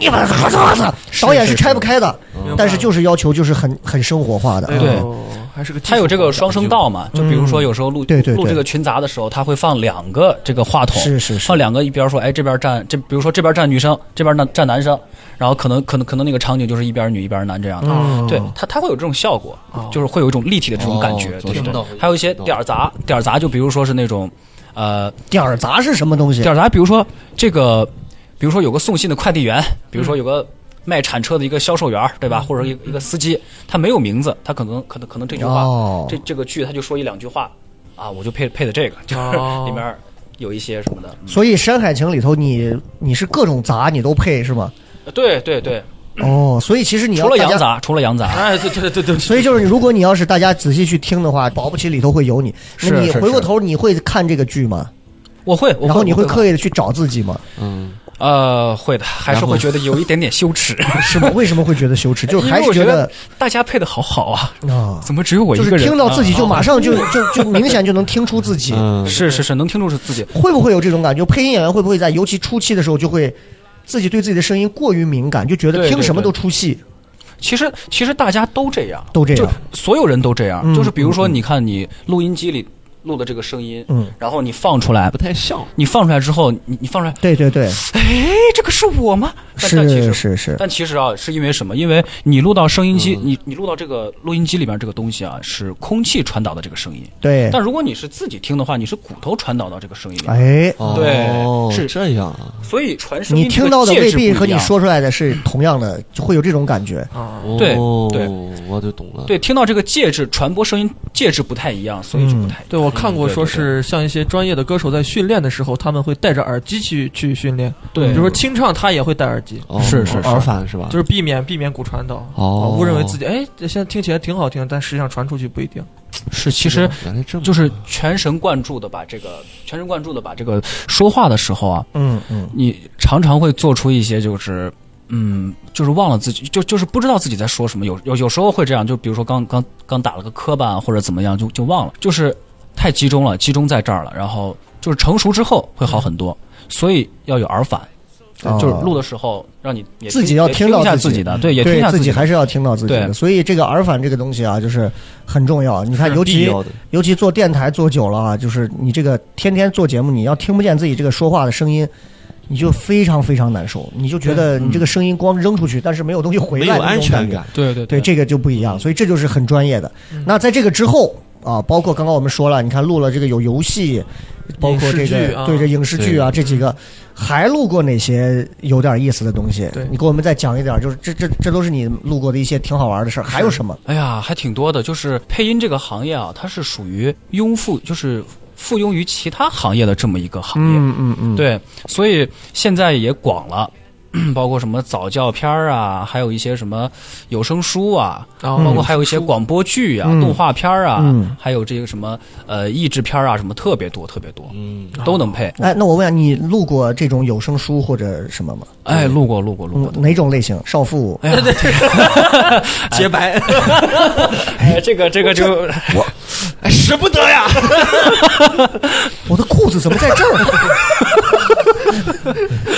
一把嚓嚓嚓，导演是拆不开的，
明白
但是就是要求就是很很生活化的，
哎呦还是个
它有这个双声道嘛，就比如说有时候录
嗯对对对
录这个群杂的时候，它会放两个这个话筒，
是是是
放两个一边说，哎，这边站这，比如说这边站女生，这边站站男生，然后可能可能可能那个场景就是一边女一边男这样的，
嗯
对它它会有这种效果，
哦
就是会有一种立体的这种感觉
哦，
对对
懂
对
懂。
还有一些点儿杂点儿杂，就比如说是那种，呃，
点儿杂是什么东西嗯
点？儿杂，比如说这个，比如说有个送信的快递员，比如说有个。卖铲车的一个销售员儿，对吧？或者一个一个司机，他没有名字，他可能可能可能这句话，
哦
这这个剧他就说一两句话，啊，我就配配的这个，就是
哦
里面有一些什么的。嗯
所以《山海情》里头你，你是各种杂你都配是吗？
对对对，
哦，所以其实你要
嗯除了
大家啊
羊杂，除了羊杂，
哎，对对对对，
所以就是，如果你要是大家仔细去听的话，保不齐里头会有你。那
是
你
是
回过头，你会看这个剧吗？
我会，我
然后你
会
会刻意的去找自己 吗？
嗯，
呃，会的，还是
然后
会觉得有一点点 羞耻，
是吗？为什么会觉得羞耻？就是
哎因
还
为
是
我觉
得
大家配的好好啊，
啊，
怎么只有我一
就
个人
是
啊？嗯
听到自己就马上 就就就明显就能听出自己。
是是是，能听出是自己。
会不会有这种感觉？配音演员会不会在尤其初期的时候就会自己对自己的声音过于敏感，就觉得
对
听
对
什么
对
都出戏？
其实其实大家都这样，
都这样
就所有人都这样。
嗯
就是比如说，你看你录音机里录的这个声音，
嗯，
然后你放出来，
不太像。
你放出来之后，你你放出来，
对对对，
哎，这个是我吗？但但其
是
实
是是，
但其实啊，是因为什么？因为你录到声音
嗯
机，你你录到这个录音机里边这个东西啊，是空气传导的这个声音。
对
但如果你是自己听的话，你是骨头传导到这个声音里。
哎，
哦
对，是
这样啊。
所以传啊声音
你听到的
这个
未
介质不一
必
样
和你说出来的是同样的，就会有这种感觉。
啊
对
哦
对，
我就懂了。
对，听到这个介质传播声音介质不太一样，所以就不太一样。
对，我看过，说是像一些专业的歌手在训练的时候，他们会戴着耳机去去训练。
对
比如说清唱，他也会戴耳机，
哦是是是耳返是吧
就是避免避免骨传导，
哦
啊误认为自己哎，这现在听起来挺好听，但实际上传出去不一定。
是，其实就是全神贯注的把这个全神贯注的把这个说话的时候啊，
嗯嗯，
你常常会做出一些就是嗯，就是忘了自己，就就是不知道自己在说什么。有有有时候会这样，就比如说刚刚刚打了个磕巴或者怎么样，就就忘了，就是太集中了，集中在这儿了。然后就是成熟之后会好很多，所以要有耳返。
哦
就是录的时候，让你也
自己要
也听
到
一下
自
己的，对，也听一下
自己
的
还是要听到自己的。
对
所以这个耳返这个东西啊，就是很重要。你看，
是
尤其
必要的
尤其做电台做久了啊，就是你这个天天做节目，你要听不见自己这个说话的声音。你就非常非常难受，你就觉得
嗯
你这个声音光扔出去，但是没有东西回来，
没有安全感
对对
对，这个就不一样，所以这就是很专业的。那在这个之后啊，包括刚刚我们说了，你看录了这个有游戏，包括这
影视剧
个
啊
对这影视剧啊这几个，还录过哪些有点意思的东西？你给我们再讲一点，就是这这这都是你录过的一些挺好玩的事儿，还有什么？
哎呀，还挺多的。就是配音这个行业啊，它是属于庸附，就是附庸于其他行业的这么一个行业。
嗯嗯嗯，
对，所以现在也广了， 包括什么早教片儿啊，还有一些什么有声书啊，
哦
包括还有一些广播剧啊、
嗯
动画片儿啊，
嗯
还有这个什么呃译制片儿啊，什么特别多，特别多，
嗯，
都能配。
哎，那我问下，你录过这种有声书或者什么吗？
哎，录过，录过，录过
嗯。哪种类型？少妇？
哎呀，
洁白，
哎，这个这个就
我
哎，使不得呀！
我的裤子怎么在这儿？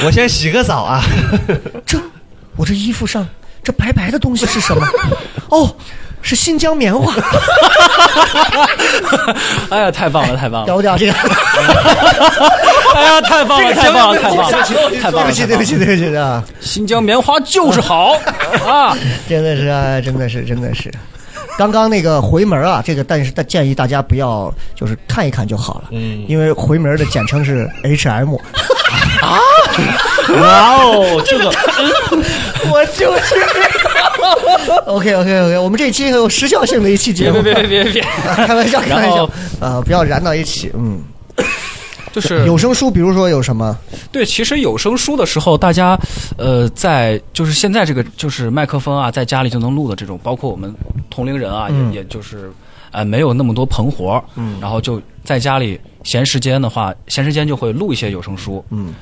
我先洗个澡啊。
这我这衣服上这白白的东西是什么？哦，是新疆棉花。
哎呀，太棒了，太棒了！
屌不屌？这个。
哎呀，太棒了，太棒了，太棒了，太棒
对
了！
不起，对不起，对不起啊！
新疆棉花就是好啊！
真的是啊，真的是，真的是。刚刚那个回门啊，这个但是但建议大家不要，就是看一看就好了，
嗯
因为回门的简称是 HM。
啊
哇哦，这个
我就是 OK OK OK，我们这一期很有时效性的一期节
别
目，
别别 别别别！
啊开玩笑，开玩
然
笑
后
啊，不要燃到一起。嗯，
就是
有声书，比如说有什么？
对，其实有声书的时候，大家呃，在就是现在这个就是麦克风啊，在家里就能录的这种，包括我们同龄人啊，
嗯
也也就是呃没有那么多棚活，嗯，然后就在家里闲时间的话，闲时间就会录一些有声书，
嗯，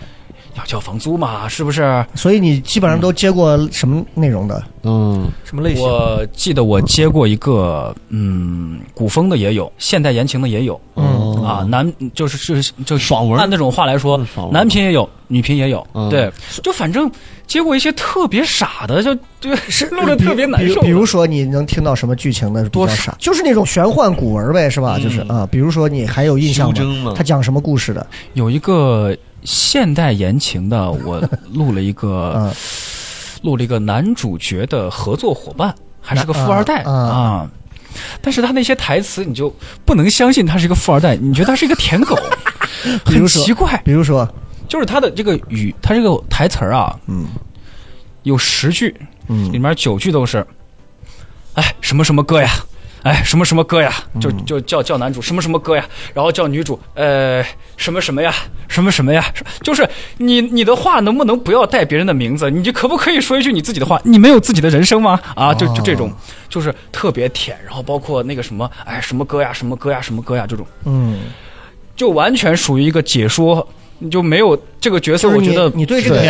要交房租嘛，是不是？
所以你基本上都接过什么内容的？
嗯，
什么类型？
我记得我接过一个，嗯，古风的也有，现代言情的也有，
嗯
哦
啊，男就是就是就是
爽文
按那种话来说
嗯爽，文
男频也有，女频也有，
嗯
对，就反正接过一些特别傻的，就就是录的
比
特别难
比
受
如
的。
比如说，你能听到什么剧情的比较傻？就是那种玄幻古文呗，是吧？
嗯
就是啊，比如说你还有印象
修真
吗
嘛？
他讲什么故事的？
有一个现代言情的，我录了一个
嗯，
录了一个男主角的合作伙伴，还是个
那
富二代
啊啊
啊。但是他那些台词，你就不能相信他是一个富二代，你觉得他是一个舔狗，
比如
很
说
奇怪。
比如说，
就是他的这个语，他这个台词儿啊，
嗯，
有十句，里面九句都是，哎什么什么哥呀，哎什么什么哥呀，就就叫叫男主什么什么哥呀，然后叫女主呃什么什么呀，什么什么呀，就是你你的话能不能不要带别人的名字？你就可不可以说一句你自己的话？你没有自己的人生吗？啊，就就这种，就是特别舔，然后包括那个什么哎什么哥呀，什么哥呀，什么哥呀这种，
嗯，
就完全属于一个解说。你就没有这个角色，
就是
我
你
觉得
你对这个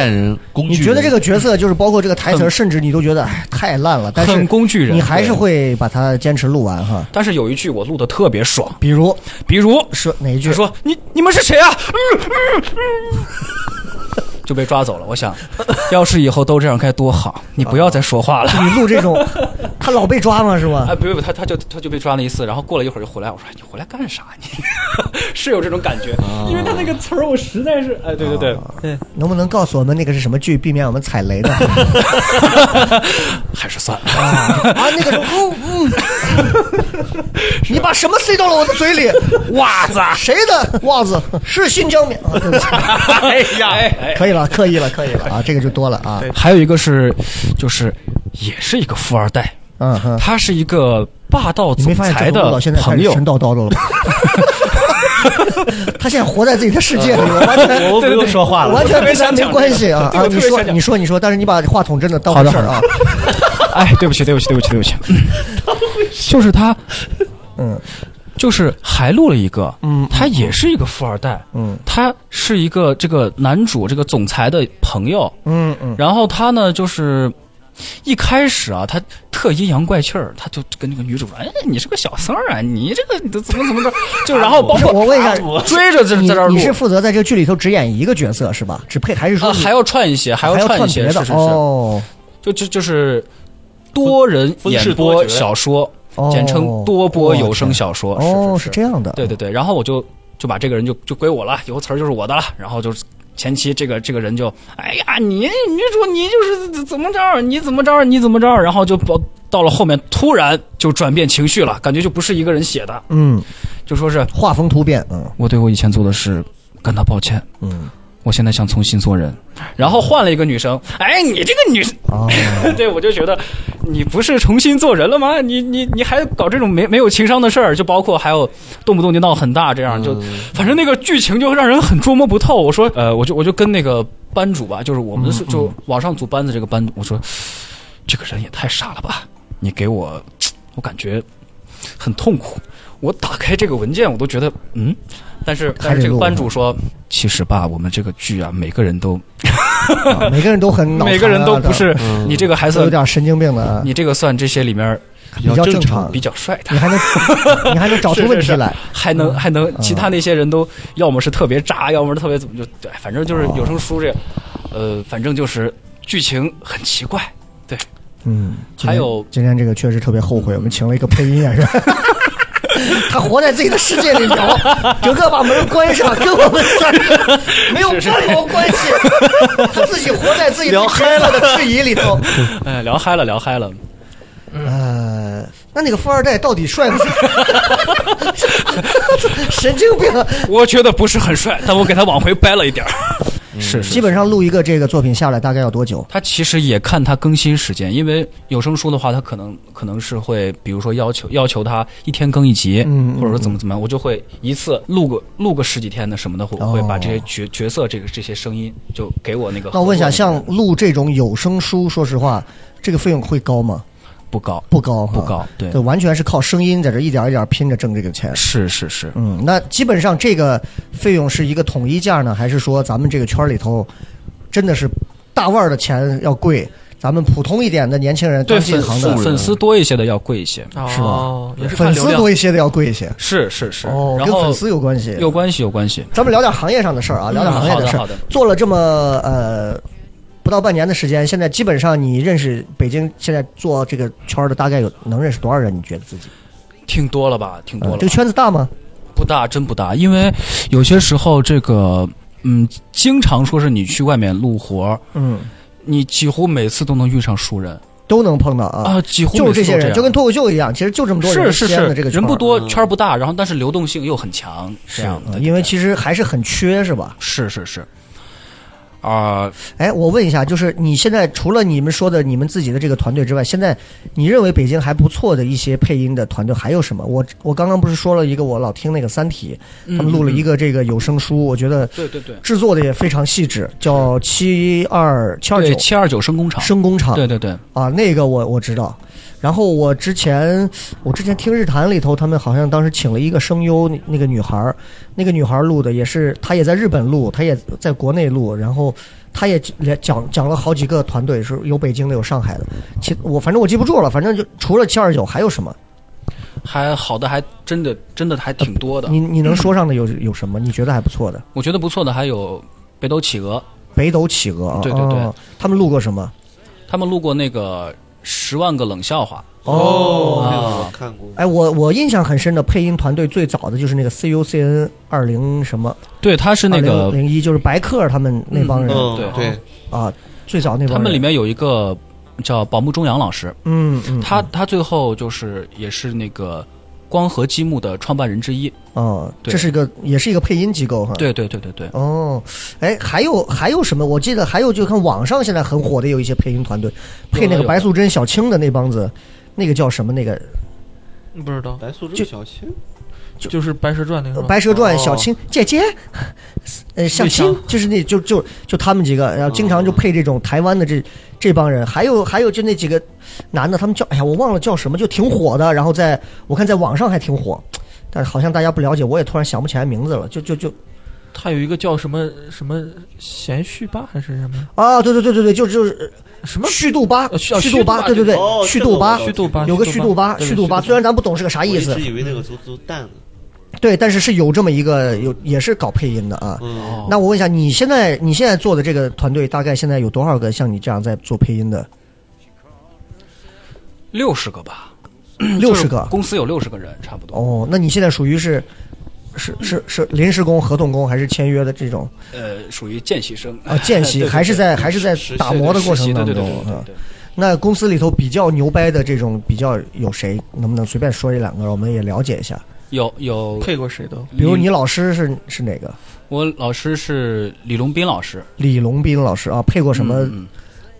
你觉得这个角色就是包括这个台词儿，甚至你都觉得哎太烂了，但是
很工具人
你还是
对
会把它坚持录完哈。
但是有一句我录的特别爽，
比如
比如
说哪一句？
说你你们是谁啊？ 嗯嗯嗯，就被抓走了。我 想，要是以后都这样该多好！你不要再说话了。
你录这种，他老被抓吗？是吗？
啊，不不，他他就他就被抓了一次，然后过了一会儿就回来。我说哎你回来干啥？你 是有这种感觉，因为他那个词儿，我实在是哎，对对对，对，
能不能告诉我们那个是什么剧，避免我们踩雷的？
还是算了
啊，那个嗯嗯，你把什么塞到了我的嘴里？
袜子？
谁的袜子？是新疆棉啊？对不起，
哎呀，
可以了，刻意了，刻意了啊，这个就多了啊。
还有一个是，就是也是一个富二代，
嗯哼，
他是一个霸道
你没
总
发现
裁
整个
的
舞蹈现在开
朋
始
友
神。叨叨了吗？他现在活在自己的世界里，
嗯
完全
我不用说话了
完全
我
跟
特别
咱
想
没
讲
关系啊
这
啊！你
个对我特别
说
想讲
你说你说，但是你把话筒真的当回事儿啊
好的，哎，对不起，对不起，对不起，对不起，就是 他，
嗯，
就是还录了一个，
嗯
他也是一个富二代，
嗯
他是一个这个男主这个总裁的朋友，
嗯嗯，
然后他呢就是。一开始啊，他特阴阳怪气儿，他就跟那个女主说：“哎，你是个小三儿啊，你这个你都怎么怎么着？”就然后包
不是
括
我问一下，
嗯
追着这
你
在这儿录
你是负责在这个剧里头只演一个角色是吧？只配还是说
啊，
你
还要串一些，还
还要
串一
别
些，
的
是是是，
哦？
就就就是多人演播小说
哦，
简称多播有声小说。
哦，
是
是这样的，
对对对，然后我就就把这个人就就归我了，以后词儿就是我的了。然后就是前期这个这个人就，哎呀，你你说你就是怎么着，你怎么着，你怎么着，然后就到到了后面突然就转变情绪了，感觉就不是一个人写的，
嗯，
就说是
画风突变，嗯
我对我以前做的事感到抱歉，
嗯，
我现在想重新做人。然后换了一个女生，哎，你这个女生，
哦
对我就觉得你不是重新做人了吗？你你你还搞这种没没有情商的事儿，就包括还有动不动就闹很大，这样就、反正那个剧情就让人很捉摸不透。我说，嗯嗯呃，我就我就跟那个班主吧，就是我们是就网上组班子这个班主，我说这个人也太傻了吧，你给我，我感觉很痛苦。我打开这个文件，我都觉得嗯，但是但是这个班主说，其实吧，我们这个剧啊，每个人都
啊每个人都很脑残啊，
每个人都不是
这
你这个还
都有
算
点神经病的啊，
你这个算这些里面
比较正常
比较帅的，
你还能你还能找出问题来
是，是是还能还能，其他那些人都要么是特别渣，要么是特别怎么就对，反正就是有声书这，呃，反正就是剧情很奇怪，对，
嗯，今天
还有
今天这个确实特别后悔，我们请了一个配音演员。 他活在自己的世界里聊，整个把门关上，跟我们三个没有半毛关系。他自己活在自己的角色的质疑里头。
哎，聊嗨了聊嗨了，
呃，那那个富二代到底帅 不帅？神经病！啊
我觉得不是很帅，但我给他往回掰了一点 儿，是
基
是。
本上录一个这个作品下来大概要多久？
他其实也看他更新时间，因为有声书的话，他可能可能是会，比如说要求要求他一天更一集，
嗯嗯
或者说怎么怎么样，我就会一次录个录个十几天的什么的，我会把这些角、角色这个这些声音就给我哦那个
那
合
我
作那个人。
问一下，像录这种有声书，说实话，这个费用会高吗？
不高
不高哈，
不高，对，
对，完全是靠声音在这一点一点拼着挣这个钱。
是是是，
嗯，那基本上这个费用是一个统一价呢，还是说咱们这个圈儿里头真的是大腕儿的钱要贵，咱们普通一点的年轻人
对
刚进
粉
行
丝
的
粉丝多一些的要贵一些，
是吧
哦，也是看
粉
流
丝
量
多一些的要贵一些？
是是是，
哦，
然
跟
后
粉丝有关系。
有关系有关系，嗯
咱们聊点行业上的事儿啊，聊点行业事
好
儿
的好的。
做了这么呃不到半年的时间，现在基本上你认识北京现在做这个圈儿的大概有能认识多少人？你觉得自己？
挺多了吧，挺
嗯
多了吧，
这个圈子大吗？
不大，真不大，因为有些时候这个，嗯，经常说是你去外面录活儿，
嗯，
你几乎每次都能遇上熟人
都能碰到啊。
啊，几乎
就是这
每次
些
都这
人，
样
就跟脱口秀一样，其实就这么多人
是是
之间的这
是
个，圈
人
儿啊
不多，啊圈儿不大，然后但是流动性又很强，这样
嗯
的，
因为
对
其实还是很缺，是吧？
是是是，啊，
哎，我问一下，就是你现在除了你们说的你们自己的这个团队之外，现在你认为北京还不错的一些配音的团队还有什么？我我刚刚不是说了一个我老听那个《三体》，他们录
嗯
了一个这个有声书，我觉得
对对对，
制作的也非常细致，叫七二七二
对
九
七二九声工厂，
声工厂，
对对对，
啊，那个我我知道。然后我之前我之前听日坛里头，他们好像当时请了一个声优，那那个女孩儿，那个女孩儿录的也是，她也在日本录，她也在国内录，然后她也连讲讲了好几个团队，是有北京的，有上海的。其我反正我记不住了，反正就除了七二九还有什么？
还好的还真的真的还挺多的。
你你能说上的有有什么？你觉得还不错的？
我觉得不错的还有北斗企鹅，
北斗企鹅啊，
对对对
哦他们录过什么？
他们录过那个十万个冷笑话
哦
啊
看过。
哎，我我印象很深的配音团队最早的就是那个 CUCN 二零什么，
对，他是啊那个
零一，就是白客他们那帮人，
嗯嗯对
啊，最早那帮人
他们里面有一个叫宝木中阳老师，
嗯嗯，
他他最后就是也是那个光合积木的创办人之一。
哦，
对
这是一个也是一个配音机构哈，
对对对对对，
哦，哎，还有还有什么？我记得还有就看网上现在很火的有一些配音团队，配那
有
个
的
白素贞、小青的那帮子，那个叫什么？那个
不知道。
白素贞小青，
就是《白蛇传》那个
《
吗
白蛇传》
哦
小青姐姐，呃，小青
绿香
就是那就就就他们几个，然后经常就配这种台湾的这这帮人，还有还有就那几个男的，他们叫哎呀我忘了叫什么，就挺火的，然后在我看在网上还挺火，但是好像大家不了解，我也突然想不起来名字了，就就就
他有一个叫什么什么贤续吧，还是什么？
啊，对对对对对，就就是
什么
虚度八，
呃
虚
虚
度
度
八，
八
对对对
哦，
虚
这
度
个
八，
我知道
有个
虚
虚
度
度
八
八，
对
虚度八，
虚度八
虽然咱不懂是个啥哎意
我
思
一直，以为那个足足蛋呢。
对，但是是有这么一个有也是搞配音的啊。
嗯，
那我问一下，你现在你现在做的这个团队大概现在有多少个像你这样在做配音 的？
六十个吧，
六十个
就是公司有六十个人差不多。
哦，那你现在属于是是是是临时工、合同工还是签约的这种
呃，属于见习生 呃
啊？见习
对对对
还是在还是在
实习
打磨的过程当
对
中
对对对对
啊
对对？
那公司里头比较牛掰的这种比较有谁？能不能随便说一两个，让我们也了解一下？
有有
配过谁都，
比如你老师是是哪个？
我老师是李龙斌老师，
李龙斌老师啊，配过什么
嗯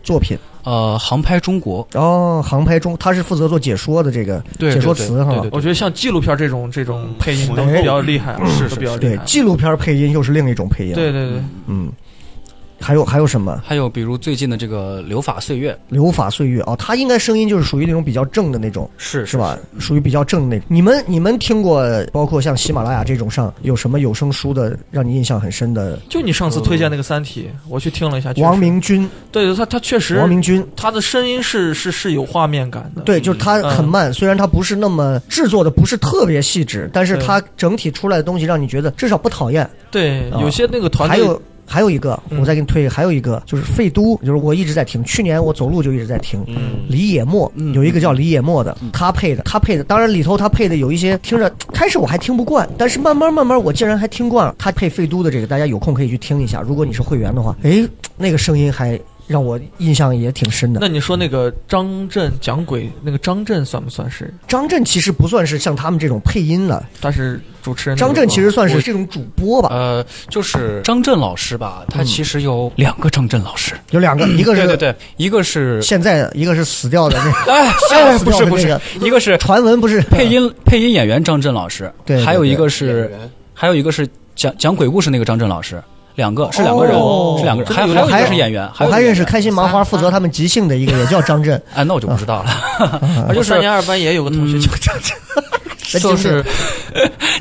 作品？
呃，航拍中国，
哦，航拍中，他是负责做解说的这个
对
解说词哈。
我觉得像纪录片这种这种配音都
哎
比较厉害，
是
都比较厉
对
害。
纪录片配音又是另一种配音。
对，对对，
嗯，还有还有什么？
还有比如最近的这个《留法岁月》，
留法岁月哦，他应该声音就是属于那种比较正的那种，
是
是吧？属于比较正的那种。你们你们听过，包括像喜马拉雅这种上有什么有声书的，让你印象很深的？
就你上次推荐那个《三体》，我去听了一下。确实嗯
王，明君，
对他他确实，
王明君，
他的声音是是是有画面感的。
对，就是它很慢，虽然它不是那么制作的不是特别细致，但是
对
它整体出来的东西让你觉得至少不讨厌。
对，
啊
有些那个团
还
队
有还有一个，
嗯
我再给你推一个，还有一个就是费都，就是我一直在听，去年我走路就一直在听。
嗯
李野墨有一个叫李野墨的，他配的，他配的，当然里头他配的有一些听着开始我还听不惯，但是慢慢慢慢我竟然还听惯了。他配费都的这个，大家有空可以去听一下，如果你是会员的话，哎，那个声音还让我印象也挺深的。
那你说那个张震讲鬼，那个张震算不算是？
张震其实不算是像他们这种配音了，
他是主持人那个。
张震其实算
哦
是
我
这种主播吧，
呃，就是张震老师吧，他其实有两个张震老师，
有 两个，一个
对对
是
对，一个是
现在的，一个是死掉的那个。
哎 哎
死
不
掉
是
的
不
那
是
个，
一个是
传闻不是
配音配音演员张震老师，
对对
还有一个
演
是
员
还有一个是讲讲鬼故事那个张震老师，两个是两个人，
哦
是两个人，
真
还
的有
还有
两个
一个是演员，
我
有一
还
个
认识
演员
开心麻花负责他们即兴的一个，也叫张 震。
啊，那我就不知道了，
嗯
啊就
我
是
三年二班也有个同学叫张震，
就是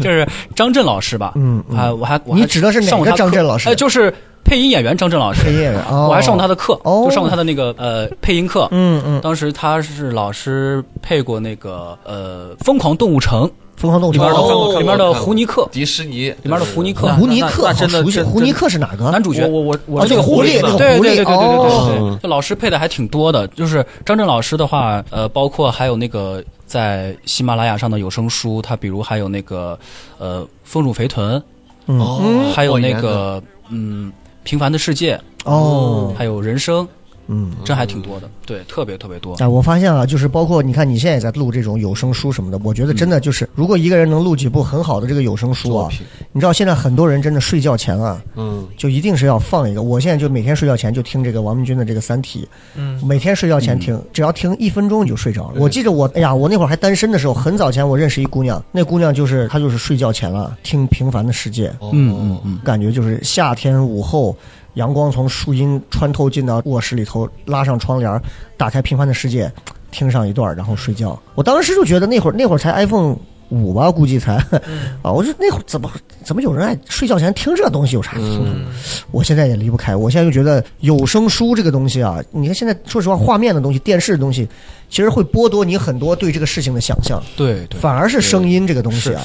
就是张震老师吧，
嗯嗯
啊，我还我还
你指的是哪
上过
个
他
张
课
震老师
呃，？就是配音演员张震老师，
配音演员哦
我还上过他的课，
哦
就上过他的那个呃配音课，
嗯嗯，
当时他是老师配过那个呃《疯狂动物城》
疯狂动物
里
城
面的
哦
胡
我看过
里面的
我看过
胡尼克，
迪士尼
里面的胡尼克
哦胡尼克
那那那
好
真的
熟悉，
真
胡尼克是哪个？
男主角
我。我我我
哦那个狐狸
我
那个
对
狐狸
对对对对对对
哦
对，这老师配的还挺多的。就是张震老师的话，呃，包括还有那个在喜马拉雅上的有声书，他比如还有那个呃《丰乳肥臀》，
嗯
哦
还有
莫
那
言的
个嗯《平凡的世界》，
哦，
还有《人生》，
嗯，
这还挺多的，对，特别特别多。
哎，我发现啊，就是包括你看，你现在也在录这种有声书什么的，我
嗯
觉得真的就是，如果一个人能录几部很好的这个有声书啊，你知道现在很多人真的睡觉前啊，
嗯，
就一定是要放一个。我现在就每天睡觉前就听这个王明军的这个《三体》，
嗯
每天睡觉前听，只要听一分钟你就睡着了。
对
我记着我，哎呀，我那会儿还单身的时候，很早前我认识一姑娘，那姑娘就是她就是睡觉前了听《平凡的世界》，
嗯
嗯，感觉就是夏天午后，阳光从树荫穿透进到卧室里头，拉上窗帘儿，打开《平凡的世界》，听上一段儿，然后睡觉。我当时就觉得那会儿那会儿才 iPhone 五吧，估计才
嗯
啊，我说那会儿怎么怎么有人爱睡觉前听这东西有啥听？
嗯
嗯
我现在也离不开，我现在就觉得有声书这个东西啊，你看现在说实话，画面的东西、电视的东西，其实会剥夺你很多对这个事情的想象。
对对，
反而是声音这个东西啊，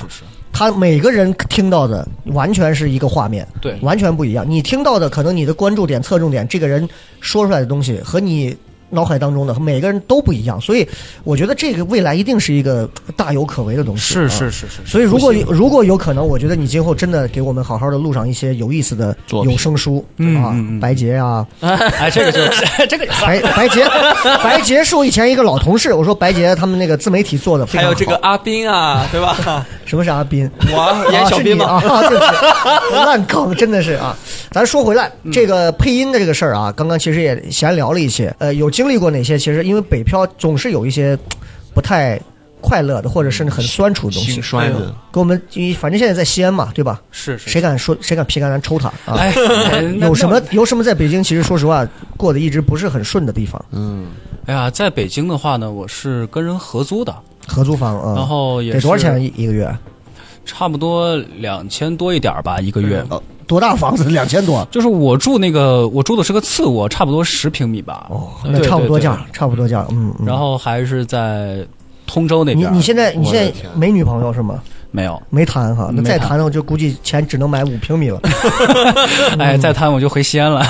它每个人听到的完全是一个画面，
对
完全不一样。你听到的可能你的关注点、侧重点，这个人说出来的东西和你脑海当中的和每个人都不一样，所以我觉得这个未来一定是一个大有可为的东西。
是
啊
是是是是
所以如果
不行
如果有可能，我觉得你今后真的给我们好好的录上一些有意思的有声书，
嗯
啊，白洁 啊，
哎，这 个就这个就
白白洁，白洁是我以前一个老同事，我说白洁他们那个自媒体做的非
还
常
有
好。
这个阿斌啊，对吧？
什么是阿斌？
我 演小斌嘛
啊，是你啊对不起，烂梗真的是 啊。咱说回来，
嗯
这个配音的这个事儿啊，刚刚其实也闲聊了一些。呃，有经历过哪些？其实因为北漂总是有一些不太快乐的，或者甚至很酸楚的东西。
心酸的
哎呦，跟我们反正现在在西安嘛，对吧？
是是
谁敢说谁敢皮干，咱抽他啊！
哎那
有什么有什么在北京？其实说实话，过得一直不是很顺的地方。
嗯，
哎呀，在北京的话呢，我是跟人合租的，
合租房啊，
然后也
给多少
是
钱一一个月？
差不多两千多一点儿吧，一个月。
多大房子？两千多？
就是我住那个，我住的是个次卧，差不多十平米吧。
哦，那差不多价，差不多价，嗯。嗯
然后还是在通州那
你
边。
你现在你现在没女朋友是吗？
没有？
没谈哈，那
嗯没
再
谈
谈的话就估计钱只能买五平米了。嗯
哎，再谈我就回西安了。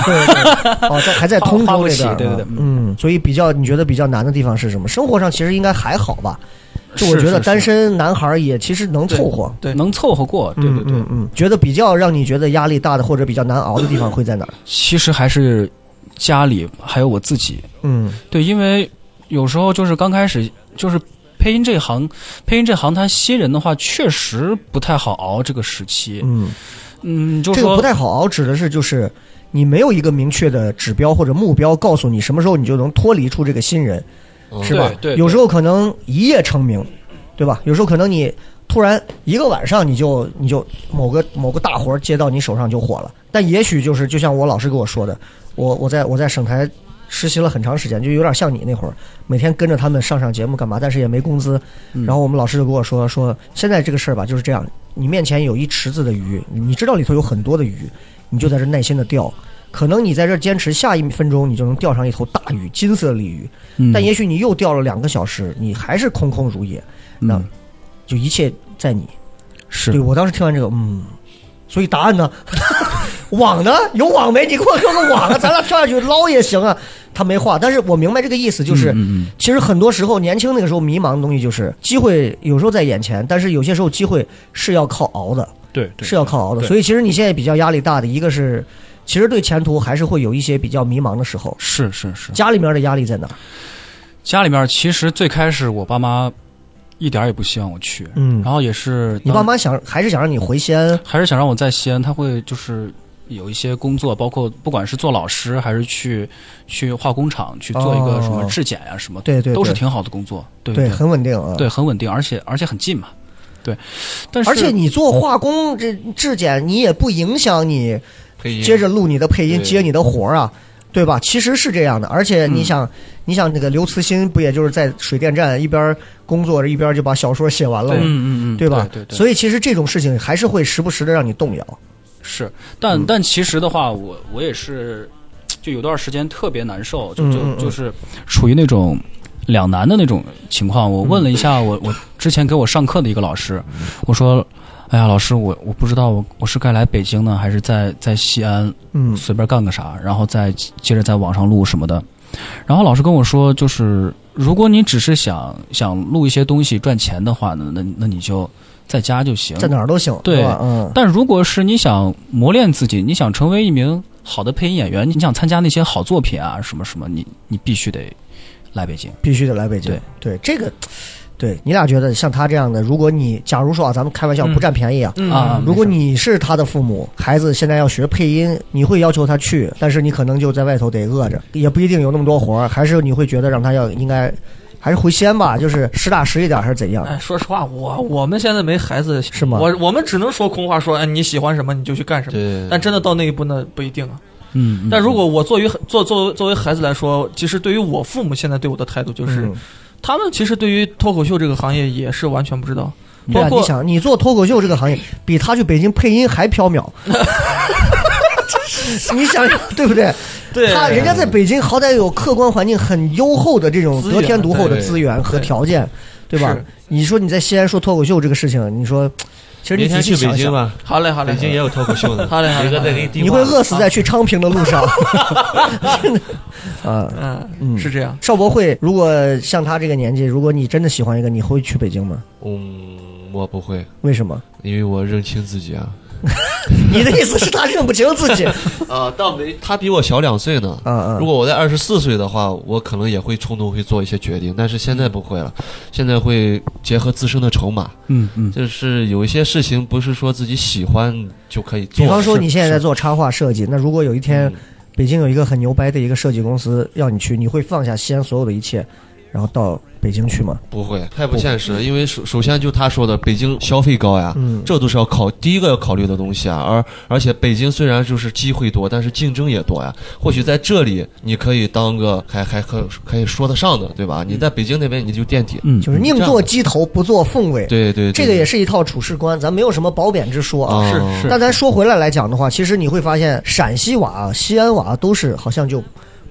哦，在还在
花
通
花
州
不
那
起
边儿啊，
对对对
嗯，所以比较你觉得比较难的地方是什么？生活上其实应该还好吧， 就是我觉
是
得
是
单身男孩儿也其实能凑合，
对，能凑合过。对对对，
嗯嗯，觉得比较让你觉得压力大的或者比较难熬的地方会在哪儿？
其实还是家里还有我自己。
嗯
对，因为有时候就是刚开始就是配音这行，配音这行它新人的话确实不太好熬这个时期。
嗯，
嗯，就
这
说
个不太好熬，指的是就是你没有一个明确的指标或者目标，告诉你什么时候你就能脱离出这个新人，是吧？
嗯对对对
有时候可能一夜成名，对吧？有时候可能你突然一个晚上你就你就某个某个大活儿接到你手上就火了，但也许就是就像我老师跟我说的，我我在我在省台。实习了很长时间，就有点像你那会儿，每天跟着他们上上节目干嘛，但是也没工资。
嗯
然后我们老师就跟我说说，现在这个事儿吧就是这样，你面前有一池子的鱼，你知道里头有很多的鱼，你就在这耐心的钓。可能你在这坚持下一分钟，你就能钓上一头大鱼，金色鲤鱼。
嗯
但也许你又钓了两个小时，你还是空空如也，那
嗯
就一切在你。
是
对我当时听完这个，嗯，所以答案呢？ 网呢？有网没？你给我给个 网啊！咱俩跳下去捞也行啊。他没话，但是我明白这个意思，就是、
嗯嗯嗯
其实很多时候年轻那个时候迷茫的东西就是机会，有时候在眼前，但是有些时候机会是要靠熬的，
对
是啊要靠熬的。
对
所以其实你现在比较压力大的一个是，其实对前途还是会有一些比较迷茫的时候。
是是是，
家里面的压力在哪儿？
家里面其实最开始我爸妈一点儿也不希望我去，
嗯
然后也是
你爸
当
妈想还是想让你回西安？
还是想让我在西安，他会就是有一些工作，包括不管是做老师还是去去化工厂去做一个什么
哦
质检呀、什么，
对对对
都是挺好的工作，对
对，很稳定啊。
对，很稳定，而且而且很近嘛，对，但是
而且你做化工这质检，你也不影响你接着录你的配音，
对
接你的活儿啊，对吧？其实是这样的，而且你
嗯
想，你想那个刘慈欣不也就是在水电站一边工作着，一边就把小说写完了吗？
对嗯嗯嗯
对吧？
对对对
所以其实这种事情还是会时不时的让你动摇。
是，但、
嗯
但其实的话，我我也是，就有段时间特别难受，就
嗯
就
嗯嗯
就是处于那种两难的那种情况。我问了一下我我之前给我上课的一个老师，
嗯
我说。哎呀，老师，我我不知道我我是该来北京呢，还是在在西安，
嗯
随便干个啥，然后再接着在网上录什么的。然后老师跟我说，就是如果你只是想想录一些东西赚钱的话呢，那那你就在家就行，
在哪儿都行
对
是吧，嗯
但如果是你想磨练自己，你想成为一名好的配音演员，你想参加那些好作品啊，什么什么，你你必须得来北京。
必须得来北京。对这个，对你俩觉得像他这样的，如果你假如说啊，咱们开玩笑不占便宜啊
嗯嗯啊
如果你是他的父母，孩子现在要学配音，你会要求他去，但是你可能就在外头得饿着，也不一定有那么多活儿，还是你会觉得让他要应该。还是回西安吧，就是实打实一点，还是怎样？
哎，说实话，我我们现在没孩子，是
啊吗
我我们只能说空话说，哎，你喜欢什么你就去干什
么。
但真的到那一步呢，不一定啊。
嗯
但如果我作为作作为作为孩子来说，其实对于我父母现在对我的态度就是，
嗯
他们其实对于脱口秀这个行业也是完全不知道，
对
包
啊，
括
你想，你做脱口秀这个行业，比他去北京配音还缥 缈。你想，对不对？
对
他人家在北京好歹有客观环境很优厚的这种
资源
得天独厚的
对
资源和条件，对吧
是？
你说你在西安说脱口秀这个事情，你说，其实你
明
仔
天
细
去北
想
京
啊
想，
吧，
好嘞好嘞
北京也有脱口 秀的，
好嘞好嘞
雷哥再给你递
你
话
会饿死在去昌平的路 上。 真的，啊，
嗯，是这样。
邵博会，如果像他这个年纪，如果你真的喜欢一个，你会去北京吗？
嗯，我不会，
为什么？
因为我认清自己啊。
你的意思是他认不清 自己？
啊，倒没，他比我小两岁呢。
嗯嗯
如果我在二十四岁的话，我可能也会冲动会做一些决定，但是现在不会了，现在会结合自身的筹码。
嗯嗯，
就是有一些事情不是说自己喜欢就可以做。嗯
比方说你现在在做插画设计，那如果有一天北京有一个很牛掰的一个设计公司要你去，你会放下西安所有的一切，然后到北京去吗？
不会，太不现实了。因为首首先就他说的，北京消费高呀，
嗯
这都是要考第一个要考虑的东西啊。而而且北京虽然就是机会多，但是竞争也多呀。或许在这里你可以当个还还可可以说得上的，对
嗯
吧？你在北京那边你就垫底，
嗯，
就是宁
这样
做鸡头不做凤尾。
对对对
这个也是一套处事观，咱没有什么褒贬之说啊。
哦是是
但咱说回来来讲的话，其实你会发现陕西娃啊、西安娃都是好像就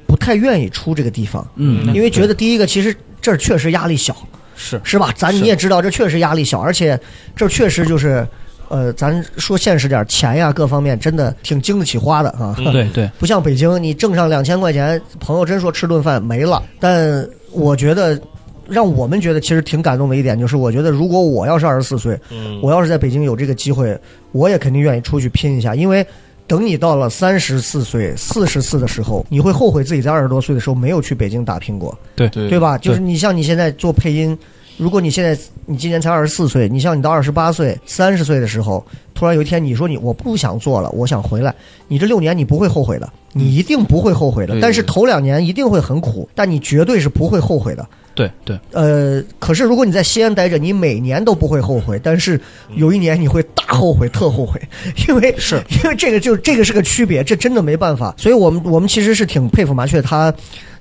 不太愿意出这个地方，
嗯
因为觉得第一个其实这儿确实压力小，
是
是吧？咱你也知道，这确实压力小，而且这确实就是，呃，咱说现实点儿，钱呀各方面真的挺经得起花的啊。
嗯对对，
不像北京，你挣上两千块钱，朋友真说吃顿饭没了。但我觉得。让我们觉得其实挺感动的一点就是，我觉得如果我要是二十四岁，
嗯
我要是在北京有这个机会，我也肯定愿意出去拼一下。因为等你到了三十四岁、四十四的时候，你会后悔自己在二十多岁的时候没有去北京打拼过。
对
对
对吧？就是你像你现在做配音，如果你现在你今年才二十四岁，你像你到二十八岁、三十岁的时候，突然有一天你说你我不想做了，我想回来，你这六年你不会后悔的，你一定不会后悔的。
对
但是头两年一定会很苦，但你绝对是不会后悔的。
对对，
呃，可是如果你在西安待着，你每年都不会后悔，但是
嗯
有一年你会大后悔、特后悔，因为是 因为这个就这个是个区别，这真的没办法。所以我们我们其实是挺佩服麻雀，他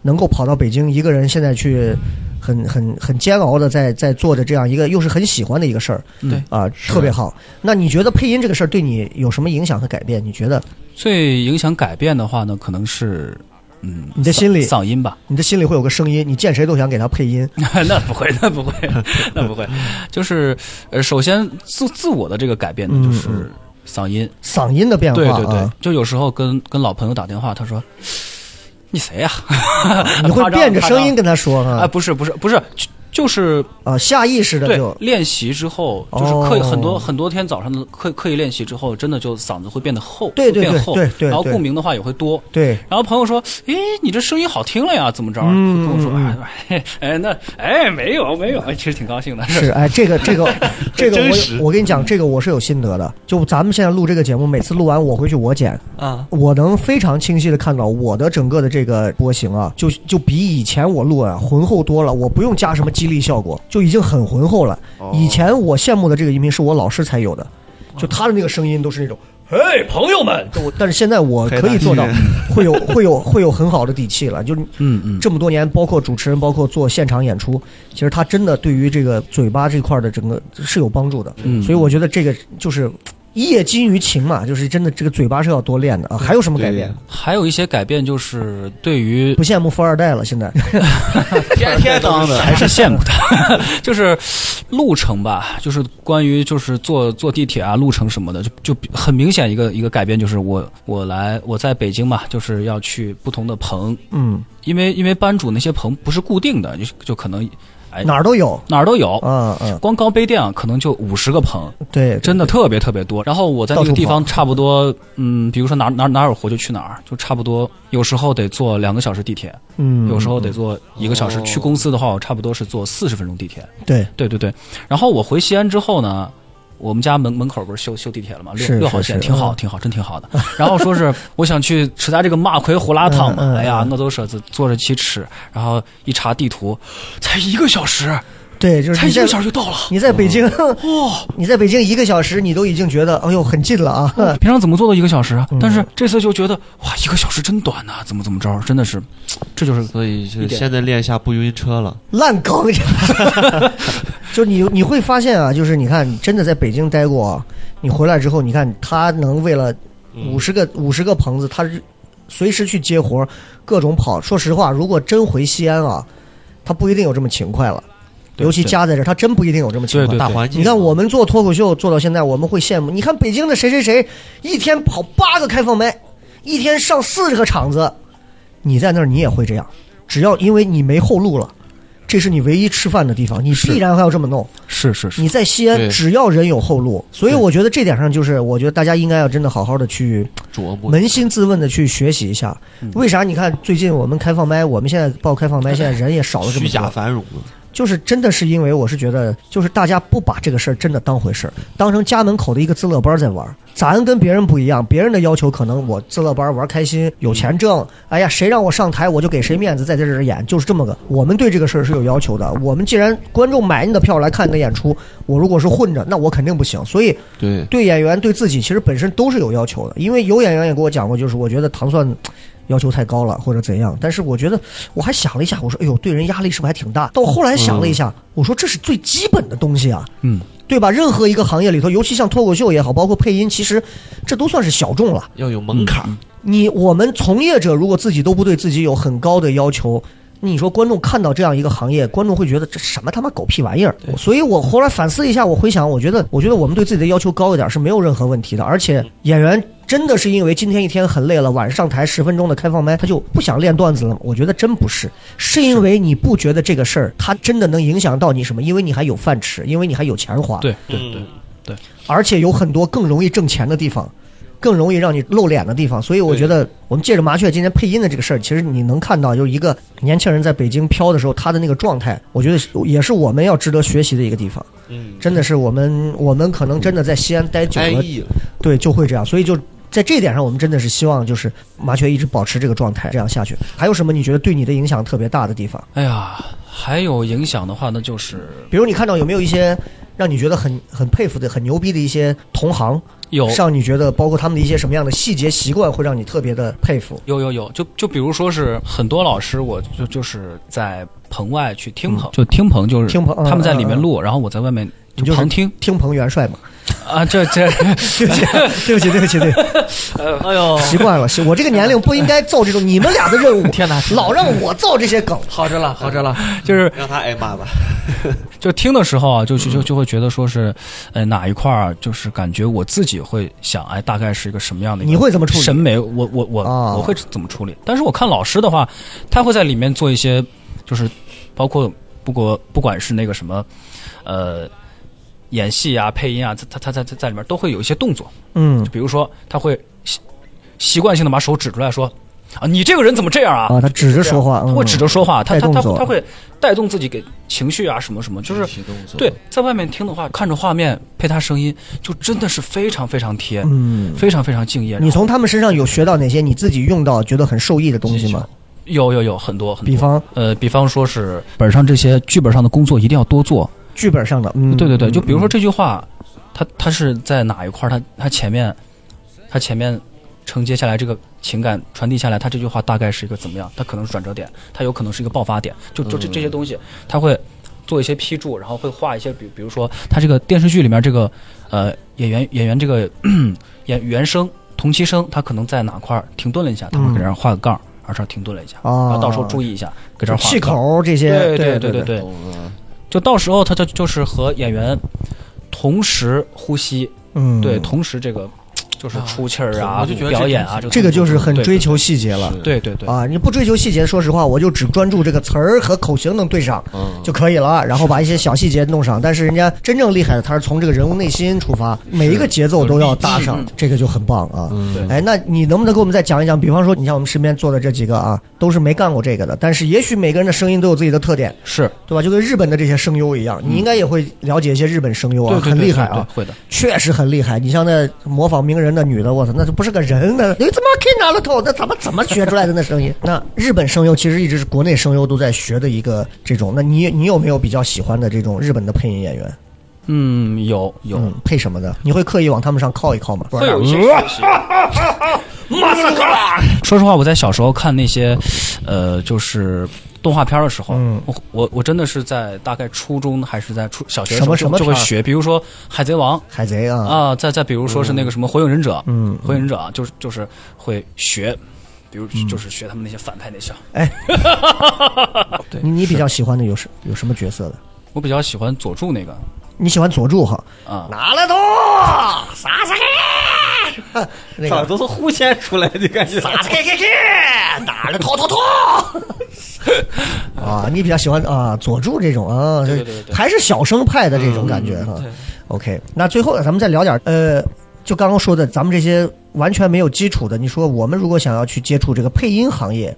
能够跑到北京一个人，现在
嗯
去很很很煎熬的在在做着这样一个又是很喜欢的一个事儿，
嗯对
啊、特别好。那你觉得配音这个事儿对你有什么影响和改变？你觉得
最影响改变的话呢，可能是嗯，
你的心里
嗓嗓音吧，
你的心里会有个声音，你见谁都想给他配音。
那不会，那不会，那不会，就是呃，首先自自我的这个改变呢，就
嗯
是
嗯
嗓音，
嗓音的变化
对对对
啊，
就有时候跟跟老朋友打电话，他说。你谁呀、
啊你会
夸张
变着
夸张
声音跟他说哈
啊，不是不是不是，就就是
啊，下意识的
对
就
练习之后，就是刻意
哦
很多很多天早上的刻刻意练习之后，真的就嗓子会变得厚，
对对
会变
对
厚，
对对
然后
对
共鸣的话也会多。
对。
然后朋友说：“诶，你这声音好听了呀，怎么着？”
嗯
跟我说：“
嗯
哎，哎，那哎没有没有，哎其实挺高兴的。”
是，哎，这个这个这个
真实嗯
我我跟你讲，这个我是有心得的。就咱们现在录这个节目，每次录完我回去我剪，
啊，
我能非常清晰的看到我的整个的这个波形啊，就就比以前我录啊浑厚多了，我不用加什么激励效果，就已经很浑厚了。
哦
以前我羡慕的这个音频是我老师才有的，就他的那个声音都是那种。嘿，朋友们！就我但是现在我可以做到
黑大，
会有会有会有很好的底气了。就是
嗯嗯，
这么多年，包括主持人，包括做现场演出，其实他真的对于这个嘴巴这块儿的整个是有帮助的。
嗯
所以我觉得这个就是嘖一叶金于勤嘛，就是真的这个嘴巴是要多练的啊。还有什么改变？
还有一些改变就是对于
不羡慕富二代了，现 在
天天当的
还是羡慕他， 就是路程吧，就是关于就是坐坐地铁啊，路程什么的，就就很明显一个一个改变，就是我我来我在北京嘛，就是要去不同的棚，
嗯，
因为因为班主那些棚不是固定的，就就可能哎，
哪儿都有，
哪儿都有。
嗯嗯，
光高碑店啊可能就五十个棚，
对，
真的特别特别多。然后我在那个地方差不多，嗯，比如说哪哪哪有活就去哪儿，就差不多。有时候得坐两个小时地铁，
嗯哦
有时候得坐一个小时。去公司的话，我差不多是坐四十分钟地铁。
对
对对对。然后我回西安之后呢，我们家门门口不是修修地铁了吗？六
是
六号线
是是
挺好，
嗯
挺好，真挺好的。然后说是我想去吃他这个马奎胡辣汤
嗯嗯
嘛，哎呀，我都舍子坐着去吃。然后一查地图，才一个小时，
对，就是
才
你
一
在
个小时就到了。
你在北京，哇， 你在北京一个小时，你都已经觉得，哎呦，很近了啊。
平常怎么做到一个小时啊？
嗯
但是这次就觉得哇，一个小时真短呐、怎么怎么着，真的是，这就是
所以就
一
是
点
现在练一下不晕车了。
烂梗， 就你你会发现啊，就是你看，你真的在北京待过啊，你回来之后，你看他能为了
嗯
五十个五十个棚子，他是随时去接活儿，各种跑。说实话，如果真回西安啊，他不一定有这么勤快了。
对
尤其家在这儿，他真不一定有这么勤快。
对对对大环境
你看我们做脱口秀做到现在，我们会羡慕。你看北京的谁谁谁，一天跑八个开放麦，一天上四十个场子，你在那儿你也会这样。只要因为你没后路了，这是你唯一吃饭的地方，你必然还要这么弄。
是是是，
你在西安，
对
只要人有后路，所以我觉得这点上就是，我觉得大家应该要真的好好的去
琢磨，嗯
扪心自问的去学习一下，为啥？你看最近我们开放麦，我们现在报开放麦，现在人也少了这么
虚假
多，
繁荣了。
就是真的是因为我是觉得，就是大家不把这个事儿真的当回事儿，当成家门口的一个自乐班儿在玩儿。咱跟别人不一样，别人的要求可能我自乐班儿玩儿开心，有钱挣，哎呀，谁让我上台我就给谁面子，在这儿演，就是这么个。我们对这个事儿是有要求的。我们既然观众买你的票来看你的演出，我如果是混着，那我肯定不行。所以
对，
对演员对自己其实本身都是有要求的，因为有演员也跟我讲过，就是我觉得糖蒜要求太高了或者怎样，但是我觉得我还想了一下，我说哎呦，对人压力是不是还挺大？到后来想了一下，我说这是最基本的东西啊，
嗯，
对吧？任何一个行业里头，尤其像脱口秀也好，包括配音，其实这都算是小众了。
要有门槛儿。
你我们从业者如果自己都不对自己有很高的要求，你说观众看到这样一个行业，观众会觉得这什么他妈狗屁玩意儿？所以我后来反思一下，我回想，我觉得我觉得我们对自己的要求高一点是没有任何问题的，而且演员。真的是因为今天一天很累了，晚上上台十分钟的开放麦，他就不想练段子了吗？我觉得真不是，是因为你不觉得这个事儿它真的能影响到你什么？因为你还有饭吃，因为你还有钱花。
对对
嗯
对对，
而且有很多更容易挣钱的地方，更容易让你露脸的地方。所以我觉得，我们借着麻雀今天配音的这个事儿，其实你能看到，就是一个年轻人在北京飘的时候，他的那个状态，我觉得是也是我们要值得学习的一个地方。
嗯，哎
真的是我们，我们可能真的在西安待久
安
了，
逸了。
对，就会这样。所以就在这一点上，我们真的是希望就是麻雀一直保持这个状态，这样下去。还有什么你觉得对你的影响特别大的地方？
哎呀，还有影响的话，那就是
比如你看到有没有一些让你觉得很很佩服的、很牛逼的一些同行，
有
让你觉得包括他们的一些什么样的细节习惯会让你特别的佩服？
有有有，就就比如说是很多老师，我就就是在棚外去听棚，嗯就听棚就是
听棚嗯
他们在里
嗯
面
嗯
录，然后我在外面
你
就
就是
旁听
听棚元帅嘛？
啊，这这
对不起，对不起，对不起，对不起，
哎呦，
习惯了，习我这个年龄不应该造这种你们俩的任务，天 哪，老 让我造这些梗，
好着了，好着了，
就是
让他挨骂吧。
就听的时候啊，就就
嗯
就就会觉得说是，呃，哪一块儿就是感觉我自己会想，哎，大概是一个什么样的一个
你会怎么处理
审美？我我我、
啊
我会怎么处理？但是我看老师的话，他会在里面做一些，就是包括不过不管是那个什么，呃，演戏啊、配音啊，他他他在在在里面都会有一些动作，
嗯
就比如说他会习习惯性的把手指出来说。啊，你这个人怎么这样啊？
啊，他指着说话，
他会
嗯
指着说话，他
带
他他
动作
他会带动自己给情绪啊，什么什么，就是对，在外面听的话，看着画面配他声音，就真的是非常非常贴，
嗯
非常非常敬业。
你从他们身上有学到哪些你自己用到觉得很受益的东西吗？
有有有很多很多，
比方
呃，比方说是本上这些剧本上的工作一定要多做。
剧本上的，嗯，
对对对，
嗯
就比如说这句话，他他是在哪一块儿？他他前面，他前面承接下来这个情感传递下来，他这句话大概是一个怎么样？他可能是转折点，他有可能是一个爆发点，就就这
嗯
这些东西，他会做一些批注，然后会画一些，比比如说他这个电视剧里面这个呃演员演员这个演原声同期声，他可能在哪块儿停顿了一下，他会给这儿画个杠，而这儿停顿了一下，
嗯啊
然后到时候注意一下，给这儿画
气
个杠
口这些
对
对
对
对
对，就到时候他就就是和演员同时呼吸，
嗯
对，同时这个就是出气儿啊
我就觉、得
表演啊，
这个就是很
对
追求细节了。
对对对
啊，你不追求细节，说实话，我就只专注这个词儿和口型能对上
啊
嗯
就可以了，然后把一些小细节弄上。但是人家真正厉害的，他是从这个人物内心出发，每一个节奏都要搭
嗯
上，这个就很棒啊。哎，那你能不能给我们再讲一讲？比方说，你像我们身边坐的这几个啊，都是没干过这个的，但是也许每个人的声音都有自己的特点，
是
对吧？就跟日本的这些声优一样，你应该也会了解一些日本声优啊，
对对
很
对
厉害
对
啊。
对会的。
确实很厉害。你像那模仿名人的女的，我操，那就不是个人的，你怎么可以拿了头？那怎么怎么学出来的那声音？ 那日本声优其实一直是国内声优都在学的一个这种。那你你有没有比较喜欢的这种日本的配音演员？
嗯，有有、
嗯，配什么的？你会刻意往他们上靠一靠吗？
会有一些
呃
马斯克，
说实话，我在小时候看那些，呃，就是动画片儿的时候，
嗯
我我我真的是在大概初中还是在初小学的时候
什么什么
就就会
片儿
学，比如说《海贼王》
海贼啊
啊，再再比如说是那个什么《火影忍者》，
嗯
火影忍者》啊，就是就是会学，比如
嗯
就是学他们那些反派那些。
哎，你你比较喜欢的有什有什么角色的？
我比较喜欢佐助那个
你喜欢佐助哈？
啊，
拿了头，啥啥 那个
咋都是互相出来的感觉？
啥子给给给，哪儿的拖拖拖？ 啊，你比较喜欢啊佐助这种啊，
对对对对嗯
还是小生派的这种感觉哈、OK，那最后咱们再聊点儿呃，就刚刚说的，咱们这些完全没有基础的，你说我们如果想要去接触这个配音行业。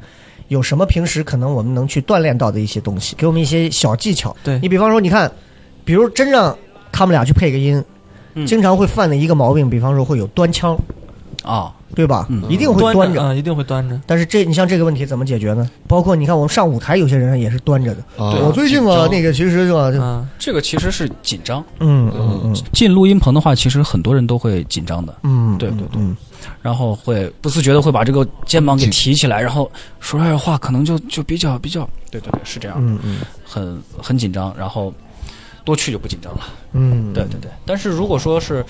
有什么平时可能我们能去锻炼到的一些东西，给我们一些小技巧。对你比方说，你看，比如真让他们俩去配个音，
嗯
经常会犯的一个毛病，比方说会有端腔，
啊，
对吧？
嗯
一定会
端
端着，
啊，一定会端着。
但是这你像这个问题怎么解决呢？包括你看我们上舞台，有些人也是端着的。我最近啊，那个其实是吧，就
啊
这个其实是紧张。
嗯嗯嗯
进录音棚的话，其实很多人都会紧张的。
嗯，
对对
对，嗯
然后会不自觉的会把这个肩膀给提起来，然后说出来的话可能就就比较比较，对对对，是这样，
嗯嗯，
很很紧张，然后多去就不紧张了，
嗯，
对对对。但是如果说是，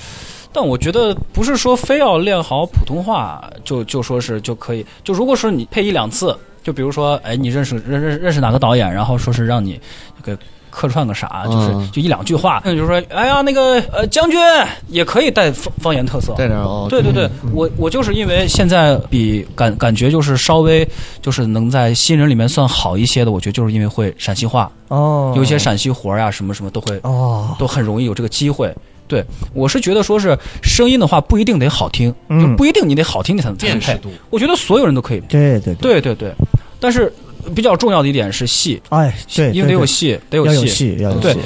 但我觉得不是说非要练好普通话就就说是就可以，就如果说你配一两次，就比如说哎你认识认认认识哪个导演，然后说是让你给。客串个啥，就是
嗯
就一两句话，那就是说，哎呀，那个呃，将军也可以带方方言特色，
带点儿哦，
对对对，我我就是因为现在比感感觉就是稍微就是能在新人里面算好一些的，我觉得就是因为会陕西话，
哦，
有一些陕西活儿呀、什么什么都会，
哦，
都很容易有这个机会。对，我是觉得说是声音的话不一定得好听，
嗯
就不一定你得好听你才能才能
辨识
配。我觉得所有人都可以配。
对对
对对对，但是比较重要的一点是戏，
哎对，
因为得有戏，得
要有
戏，
要有
对
戏。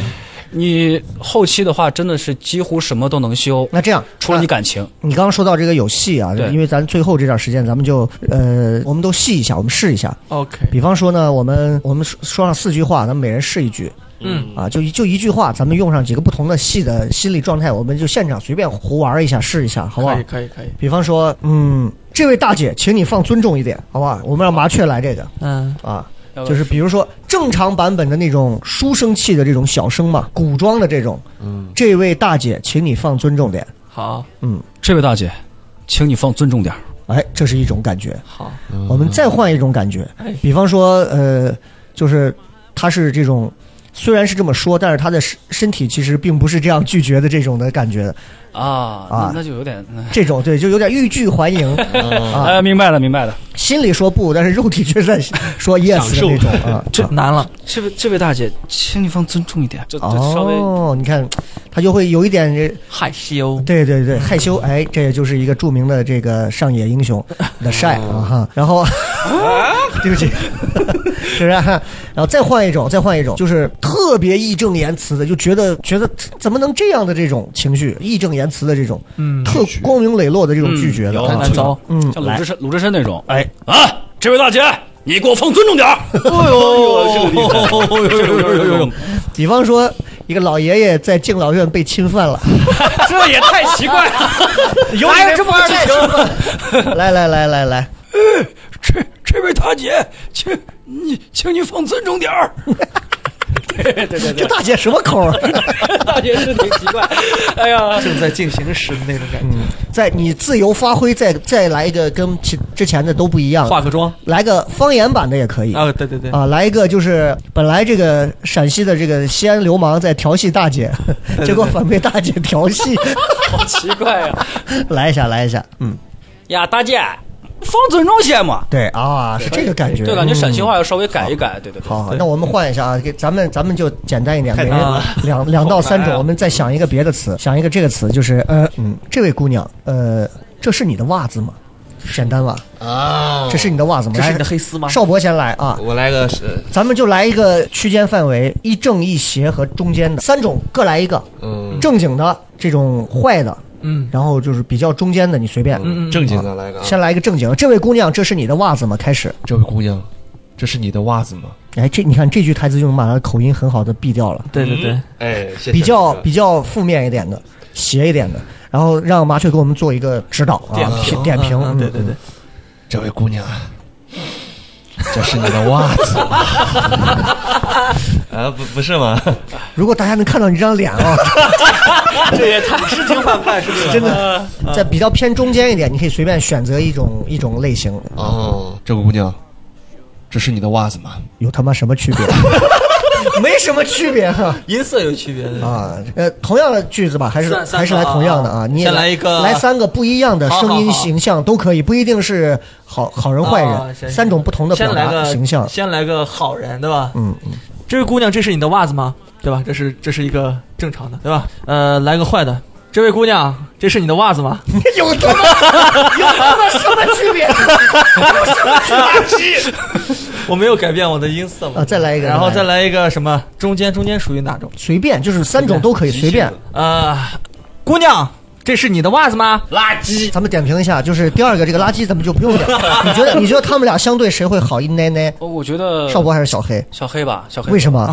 你后期的话，真的是几乎什么都能修。
那这样，
除了你感情，
你刚刚说到这个有戏啊，
对
因为咱最后这段时间，咱们就呃，我们都戏一下，我们试一下。
OK，
比方说呢，我们我们说说上四句话，咱们每人试一句。
嗯
啊，就一就一句话，咱们用上几个不同的戏的心理状态，我们就现场随便胡玩一下，试一下，好不好？
可以可以可以，
比方说，嗯，这位大姐，请你放尊重一点，好不好？我们让麻雀来这个
嗯
啊，
要不
就是比如说正常版本的那种书生气的这种小声嘛，古装的这种。
嗯，
这位大姐，请你放尊重点。
好，
嗯，
这位大姐，请你放尊重点儿。
哎，这是一种感觉。
好，
我们再换一种感觉，
嗯
比方说，呃，就是他是这种，虽然是这么说，但是他的身身体其实并不是这样拒绝的这种的感觉。
啊，
啊
那那就有点。嗯
这种对，就有点欲拒还迎啊，
哎，明白了，明白了。
心里说不，但是肉体却在说 yes 的那种啊，
这
难了。
这位这位大姐，请你放尊重一点，就就稍微
哦，你看，他就会有一点这
害羞，
对对对，害羞，哎，这也就是一个著名的这个上野英雄的晒啊哈，然后， 对不起，是不是啊？然后再换一种，再换一种，就是特别义正言辞的，就觉得觉得怎么能这样的这种情绪，义正言辞的这种，
嗯
特光明磊落的这种拒绝的，
有
啊
很糟，
嗯，
像鲁智
来
深、鲁智深那种，哎啊，这位大姐，你给我放尊重点儿。哎呦，这个厉害，
比方说，一个老爷爷在敬老院被侵犯了，
这也太奇怪了，
哪有这么二代情况来来来来来，
这位大姐，请你，请你放尊重点儿。对对对，
这大姐什么口儿？
大姐是挺 奇怪。哎呀，
正在进行时的那种感觉。
在你自由发挥，再再来一个跟其之前的都不一样，
化个妆，
来个方言版的也可以
啊，对对对，
啊，来一个就是本来这个陕西的这个西安流氓在调戏大姐，结果反被大姐调戏，
好奇怪呀！
来一下，来一下，嗯，
呀，大姐，放尊重些嘛。
对啊，是这个感觉，
对，感觉陕西
嗯
话要稍微改一改，对对对。
好好，那我们换一下啊，给咱们咱们就简单一点，
太
每
难
人
了
两两到三种，我们再想一个别的词，想一个这个词就是呃嗯，这位姑娘，呃，这是你的袜子吗？简单吧，
啊
这是你的袜子吗？
这是
来
你的黑丝吗哦
邵博先来啊，
我来个是，
咱们就来一个区间范围，一正一邪和中间的三种各来一个，
嗯，
正经的这种坏的，
嗯，
然后就是比较中间的，你随便，
嗯嗯正经的来个啊
先来一个正经的，这位姑娘，这是你的袜子吗？开始，
这位姑娘，这是你的袜子吗？
哎，这你看这句台词就能把她的口音很好的避掉了，
对对 对，
哎，谢谢
比较
你
比较负面一点的，邪一点的，然后让麻雀给我们做一个指导啊
点，
评
评
点评，
嗯嗯
嗯
对对对，这位姑娘啊，这是你的袜子吗 啊，不不是吗？
如果大家能看到你这张脸 啊，
这也太诗情画派，是不是？
真的在比较偏中间一点，你可以随便选择一种一种类型，
哦，这位姑娘，这是你的袜子吗？
有他妈什么区别？没什么区别 哈、
音色有区别
啊，呃，同样的句子吧，还是
算三个
还是来同样的啊？
啊
你也
先来一个
来三个不一样的
好好
声音
好
形象都可以，不一定是好好人坏
啊
人，
行
三种不同的
先
表
来
达
个
形象。
先来个好人，对吧？
嗯，
这位姑娘，这是你的袜子吗？对吧？这是这是一个正常的，对吧？呃，来个坏的，这位姑娘，这是你的袜子吗？
有他妈有他妈什么区别？有什么区别？
我没有改变我的音色嘛。
啊再来一个
然后
再
再来一个什么？中间中间属于哪种？
随便，就是三种都可以随便。
呃，姑娘，这是你的袜子吗？
垃圾，咱们点评一下，就是第二个这个垃圾，咱们就不用点。你觉得你觉得他们俩相对谁会好一奶奶？
我觉得
少博还是小黑？
小黑吧，小黑
为什么？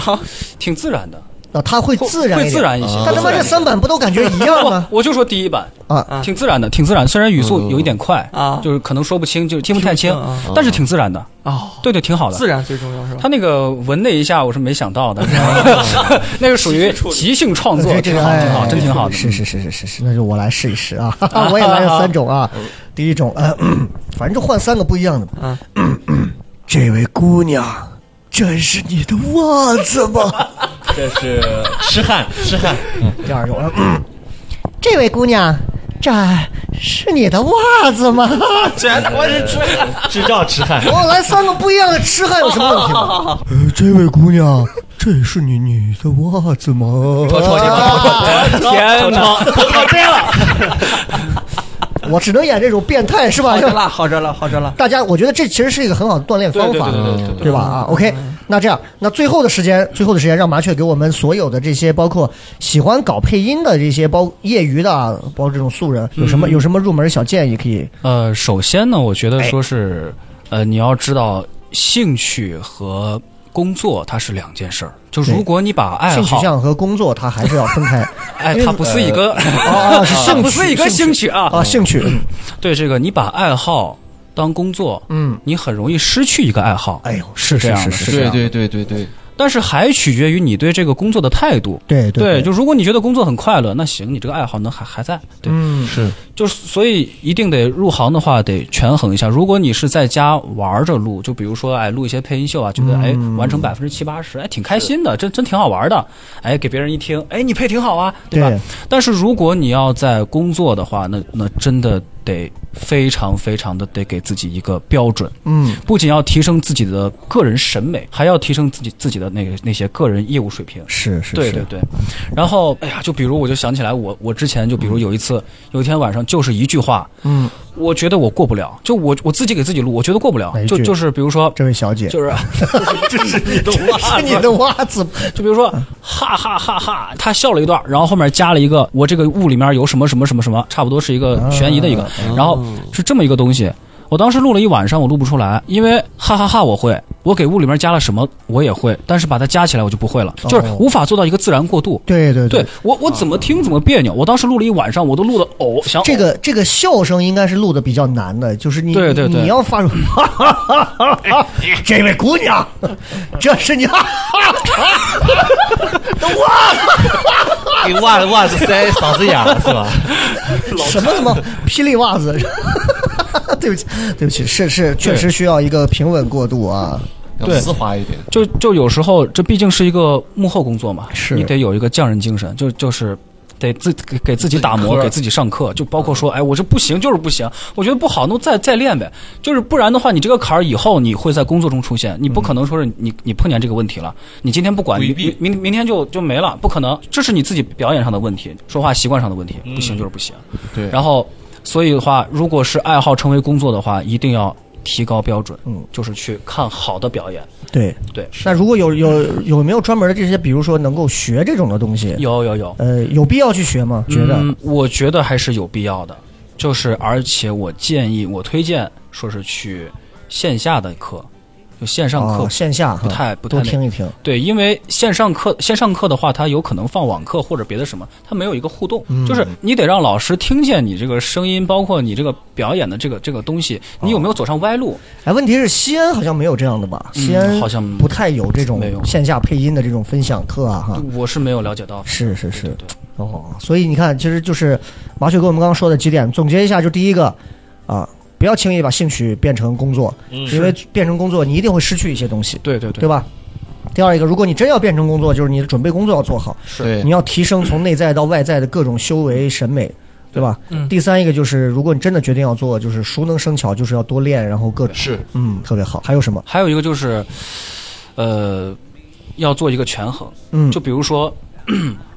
挺自然的，
啊，他会自然
会
一
自
点
然一些。
但他妈这三版不都感觉一样吗？
我就说第一版
啊，
挺自然的，挺自然。虽然语速有一点快
啊，
就是可能说不清，就是听不太清
听不清啊，
但是挺自然的。
哦，
对对，挺好的，
自然最重要是吧？
他那个闻那一下，我是没想到的， 那个属于即兴创 作，
这
挺
个
好，挺好，
哎
真挺好的。
是是是是是是，那就我来试一试啊，我也来了三种啊。第一种，呃，反正就换三个不一样的。
嗯，
这位姑娘，这是你的袜子吗？
这是痴汉，痴汉。
第二种，呃 这位姑娘，这是你的袜子 吗？
真的，我是
制造痴汉
我来三个不一样的痴汉有什么问题吗？
呃，这位姑娘，这是你你的袜子吗？
哦
天哪，
跑偏了，
我只能演这种变态是吧
好？着了，好着了，好着了。
大家，我觉得这其实是一个很好的锻炼方法，
对对对对对对
吧？啊，OK，那这样，那最后的时间，最后的时间，让麻雀给我们所有的这些，包括喜欢搞配音的这些，包业余的啊，包括这种素人，有
嗯
什么有什么入门小建议可以？
呃，首先呢，我觉得说是，呃，你要知道兴趣和工作它是两件事儿。就
对
如果你把爱
哎
性取
好，
向和工作，它还是要分开。
哎
因，为
它不是一个，
哦哦是兴趣
它不是一个兴趣啊。
啊，兴趣，
对这个，你把爱好当工作，
嗯，
你很容易失去一个爱好。
哎呦，
是这样的，是这
对
样
对
的。
对对对，
但是还取决于你对这个工作的态度。
对对，
就如果你觉得工作很快乐，那行，你这个爱好能还还在。对，
嗯，
是
就是所以一定得入行的话，得权衡一下。如果你是在家玩着录，就比如说哎录一些配音秀啊，觉得哎完成百分之七八十，哎挺开心的，真真挺好玩的。哎给别人一听，哎你配挺好啊，对吧？
对
但是如果你要在工作的话，那那真的得非常非常的得给自己一个标准。
嗯，
不仅要提升自己的个人审美，还要提升自己自己的那个那些个人业务水平。
是是，是
对对对，然后哎呀，就比如我就想起来我，我之前就比如有一次，有一天晚上就是一句话，
嗯，
我觉得我过不了，就我我自己给自己录，我觉得过不了
哪一，
就
句
就是比 如说
这位小姐，
就是
是你的袜子吗，
就比如说哈哈哈哈，他笑了一段，然后后面加了一
啊
个我这个屋里面有什么什么什么什么，差不多是一个悬疑的一个，然后是这么一个东西，我当时录了一晚上，我录不出来，因为哈哈哈我会，我给屋里面加了什么我也会，但是把它加起来我就不会了，就是
哦
无法做到一个自然过渡。
对对
对，我我怎么听怎么别扭，我当时录了一晚上，我都录的呕、想呕
这个这个笑声应该是录的比较难的，就是你
对对对哎
你要发出，这位姑娘，这是你，
给袜子袜子塞嗓子眼了是吧？
什么什么霹雳袜子， 对不起对不起，是是确实需要一个平稳过渡啊，
对，
一点。
就就有时候，这毕竟是一个幕后工作嘛，
是
你得有一个匠人精神，就就是得自给给自己打磨，
磕
给自己上课，就包括
嗯
说，哎，我这不行就是不行，我觉得不好，那再再练呗，就是不然的话，你这个坎儿以后你会在工作中出现，你
嗯
不可能说是你你碰见这个问题了，你今天不管，明明明明天就就没了，不可能，这是你自己表演上的问题，说话习惯上的问题，不行就是不行。
对，
然后，所以的话，如果是爱好成为工作的话，一定要提高标准，
嗯，
就是去看好的表演。
对
对，
那如果有有有没有专门的这些，比如说能够学这种的东西？
有有有，
呃，有必要去学吗？觉得、
嗯，我觉得还是有必要的。就是，而且我建议，我推荐说是去线下的课，就线上课，
哦线下
不太
哈
不太
多
那
听一听。
对，因为线上课线上课的话，它有可能放网课或者别的什么，它没有一个互动，
嗯
就是你得让老师听见你这个声音，包括你这个表演的这个这个东西，你有没有走上歪路？
哎，问题是西安好像没有这样的吧？
嗯
西安
好像
不太有这种
没有
线下配音的这种分享课啊，哈。
我是没有了解到的。
是是是，哦，所以你看，其实就是麻雀给我们刚刚说的几点，总结一下，就第一个啊，不要轻易把兴趣变成工作，
嗯
因为
是
变成工作你一定会失去一些东西，
对对对，
对？吧？第二一个，如果你真要变成工作，就是你的准备工作要做好，
对
你要提升从内在到外在的各种修为、审美，对吧？
嗯
第三一个就是，如果你真的决定要做，就是熟能生巧，就是要多练，然后各种
是，
嗯，特别好。还有什么？
还有一个就是，呃，要做一个权衡。
嗯
就比如说，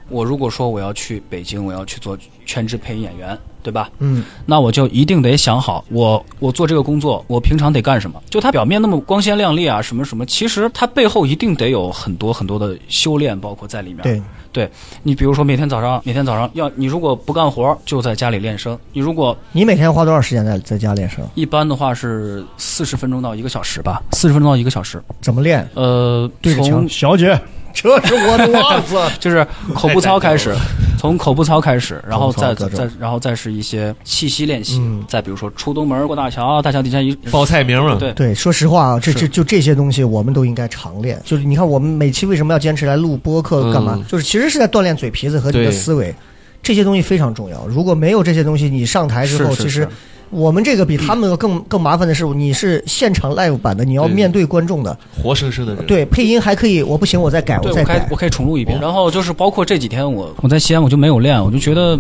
我如果说我要去北京，我要去做全职配音演员，对吧？
嗯，
那我就一定得想好，我我做这个工作，我平常得干什么？就它表面那么光鲜亮丽啊，什么什么，其实它背后一定得有很多很多的修炼，包括在里面。
对，
对你比如说每天早上，每天早上要你如果不干活，就在家里练声；你如果
你每天花多少时间在在家练声？
一般的话是四十分钟到一个小时吧，四十分钟到一个小时。
怎么练？
呃，
对着墙
从
小姐， 这是我的袜子。
就是口部操开始， 从口部操开始，然后
口部
再
操各种
再
嗯
然后再是一些气息练习，再比如说出东门过大桥，啊大桥底下一
报菜名嘛
对
对，说实话啊，这
是
这就这些东西，我们都应该常练。就是你看，我们每期为什么要坚持来录播客干嘛？
嗯
就是其实是在锻炼嘴皮子和你的
对
思维，这些东西非常重要。如果没有这些东西，你上台之后，
是是
其实
是
我们这个比他们 更更麻烦的是，你是现场 live 版的，你要
对
面对观众的。
活生生的人。
对，配音还可以，我不行，我再改，
对
再哦
我可以
改。
我可以重录一遍。然后就是包括这几天我我在西安我就没有练，我就觉得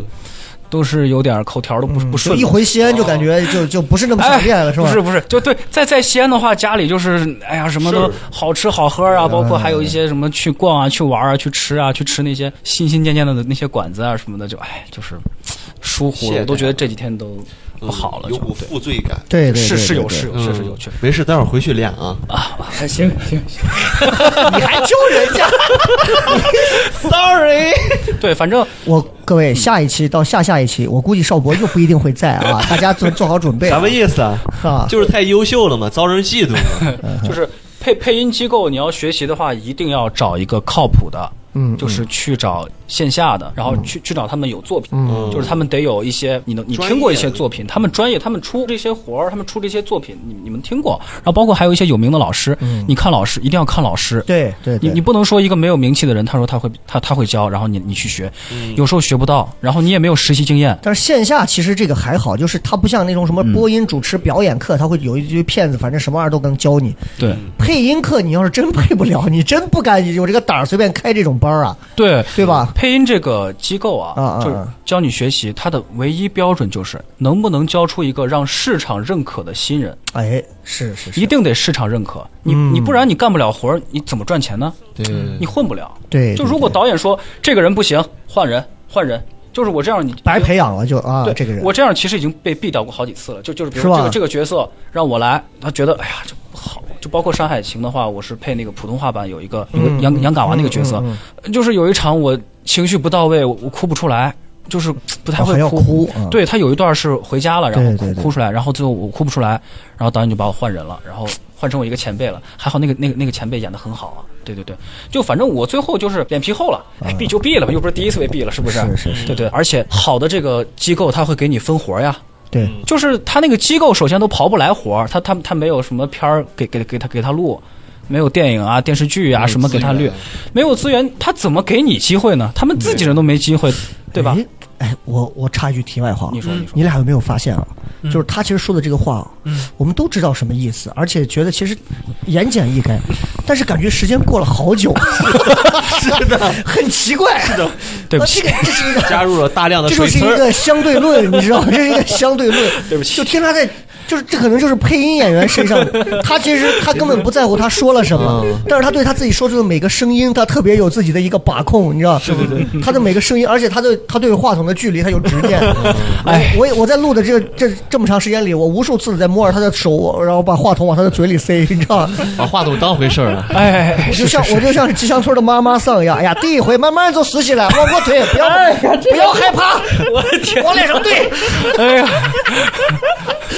都是有点口条都不不
就嗯
顺。啊
一回西安就感觉就就不是那么想练了，是吧？
哎不是不是，就对，在在西安的话，家里就是哎呀，什么都好吃好喝
嗯
啊，包括还有一些什么去逛啊、去玩啊、去吃啊、去吃那些新新建建的那些馆子啊什么的，就哎，就是疏忽了，
懈
我都
怠
觉得这几天都不好
嗯
了，
嗯有
就
股负罪感。嗯
对对
是
对
是
对
有
对嗯
是有是是有确实。
没事，待会儿回去练啊。
哎
还行行行，
你还揪人家
，sorry。对，反正
我各位，
嗯
下一期到下下一期，我估计邵博又不一定会在啊， 大家做做好准备。
什么意思啊？
啊？
就是太优秀了嘛，遭人嫉妒嘛。
就是配配音机构，你要学习的话，一定要找一个靠谱的，
嗯
就是去找线下的，然后去去找他们有作品，
嗯
就是他们得有一些你能你
专业
听过一些作品，他们专业，他们出这些活儿，他们出这些作品，你你们听过，然后包括还有一些有名的老师，你看老师一定要看老师，
对嗯对
你
对，
你不能说一个没有名气的人，他说他会他他会教，然后你你去学，
嗯
有时候学不到，然后你也没有实习经验，
但是线下其实这个还好，就是它不像那种什么播音主持表演课，它会有一堆骗子，反正什么玩意儿都能教你。
对。
配音课你要是真配不了，你真不敢有这个胆儿随便开这种班儿啊，
对
对吧？
配音这个机构啊，
啊啊啊
就是教你学习，它的唯一标准就是能不能教出一个让市场认可的新人，
哎，是是是，
一定得市场认可。你、
嗯
你不然你干不了活儿，你怎么赚钱呢？
对，
你混不了。
对，
就如果导演说这个人不行，换人，换人，就是我这样你
白培养了就啊
对，
这个人
我这样其实已经被毙掉过好几次了。就就是比如
是吧
说这个这个角色让我来，他觉得哎呀这不好。就包括《山海情》的话，我是配那个普通话版有一个有个
嗯
杨
嗯
杨嘎娃那个角色
嗯，
就是有一场我情绪不到位，我我哭不出来。就是不太会
还要
哭
哭嗯
对他有一段是回家了，然后哭
对对对
哭出来，然后最后我哭不出来，然后导演就把我换人了，然后换成我一个前辈了。还好那个那个那个前辈演的很好啊，对对对，就反正我最后就是脸皮厚了，哎
嗯
毙就毙了吧，又不是第一次被毙了，是不是？
是是是
对对，而且好的这个机构他会给你分活呀。
对，
就是他那个机构首先都刨不来活儿，他他他没有什么片儿给给给他给他录，没有电影啊电视剧啊什么给他
资
录
源，
没有资源，他怎么给你机会呢？他们自己人都没机会，对吧？
哎，我我插一句题外话，啊
你说你说
你俩有没有发现啊？
嗯
就是他其实说的这个话，啊
嗯，
我们都知道什么意思，而且觉得其实言简意赅，但是感觉时间过了好久， 是的，很奇怪，是的，
对不起
这个这是一个
加入了大量的
这
水
就是
词
一个
儿，
相对论，你知道吗？这是一个相对论。 对不起，就听他在，就是这可能就是配音演员身上的，他其实他根本不在乎他说了什么，但是他对他自己说出的每个声音，他特别有自己的一个把控，你知道？是
对对
他的每个声音，而且他对他对话筒的距离，他有执念。
哎，
我我在录的这个这这么长时间里，我无数次地在摸着他的手，然后把话筒往他的嘴里塞，你知道吗？
把话筒当回事儿了。
哎
我就像我就像是吉祥村的妈妈桑一样，哎呀，第一回慢慢就熟悉了，往过推，不要、不要害怕，
我的天，
往脸上对，
哎呀，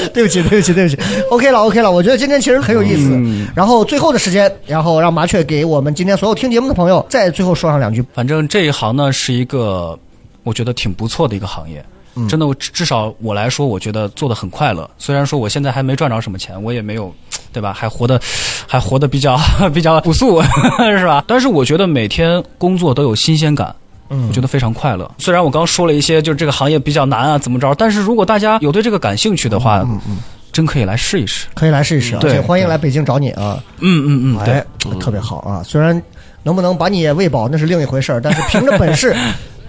对不起，对不起，对不起，OK 了，OK 了，我觉得今天其实很有意思。然后最后的时间，然后让麻雀给我们今天所有听节目的朋友再最后说上两句。
反正这一行呢是一个我觉得挺不错的一个行业，
嗯
真的，我至至少我来说，我觉得做的很快乐。虽然说我现在还没赚着什么钱，我也没有，对吧？还活得还活得比较 比较朴素， 是吧？但是我觉得每天工作都有新鲜感。
嗯
我觉得非常快乐。虽然我刚说了一些，就是这个行业比较难啊，怎么着？但是如果大家有对这个感兴趣的
嗯
话，真可以来试一试。
可以来试一试啊，
对
而且欢迎来北京找你啊。
嗯嗯嗯，
哎
对，，
特别好啊！虽然能不能把你也喂饱那是另一回事儿，但是凭着本 事，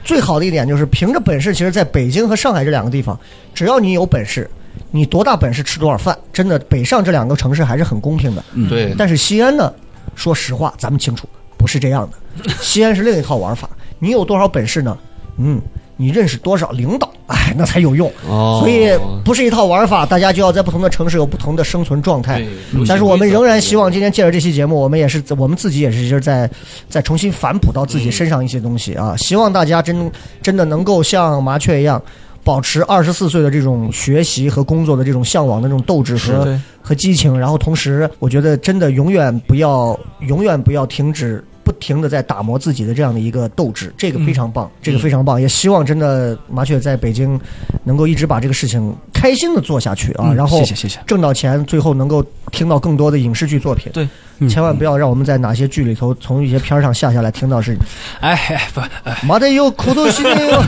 最好的一点就是凭着本事，其实在北京和上海这两个地方，只要你有本事，你多大本事吃多少饭，真的北上这两个城市还是很公平的。
嗯
对
但是西安呢，说实话，咱们清楚不是这样 的，西安是另一套玩法。你有多少本事呢？嗯，你认识多少领导，哎，那才有用。
哦，
所以不是一套玩法，大家就要在不同的城市有不同的生存状态
对有。
哎但是我们仍然希望今天借着这期节目，我们也是我们自己也是就是在在重新反哺到自己身上一些东西
嗯
啊。希望大家真真的能够像麻雀一样。保持二十四岁的这种学习和工作的这种向往的这种斗志
是
和
对
和激情，然后同时，我觉得真的永远不要永远不要停止，不停的在打磨自己的这样的一个斗志，这个非常
嗯
棒，这个非常棒。也希望真的麻雀在北京能够一直把这个事情开心的做下去啊，
嗯
然后
谢谢谢谢
挣到钱，最后能够听到更多的影视剧作品。
对，
嗯
千万不要让我们在哪些剧里头从一些片儿上下下来听到是
哎哎不，
妈的有苦头心的哟，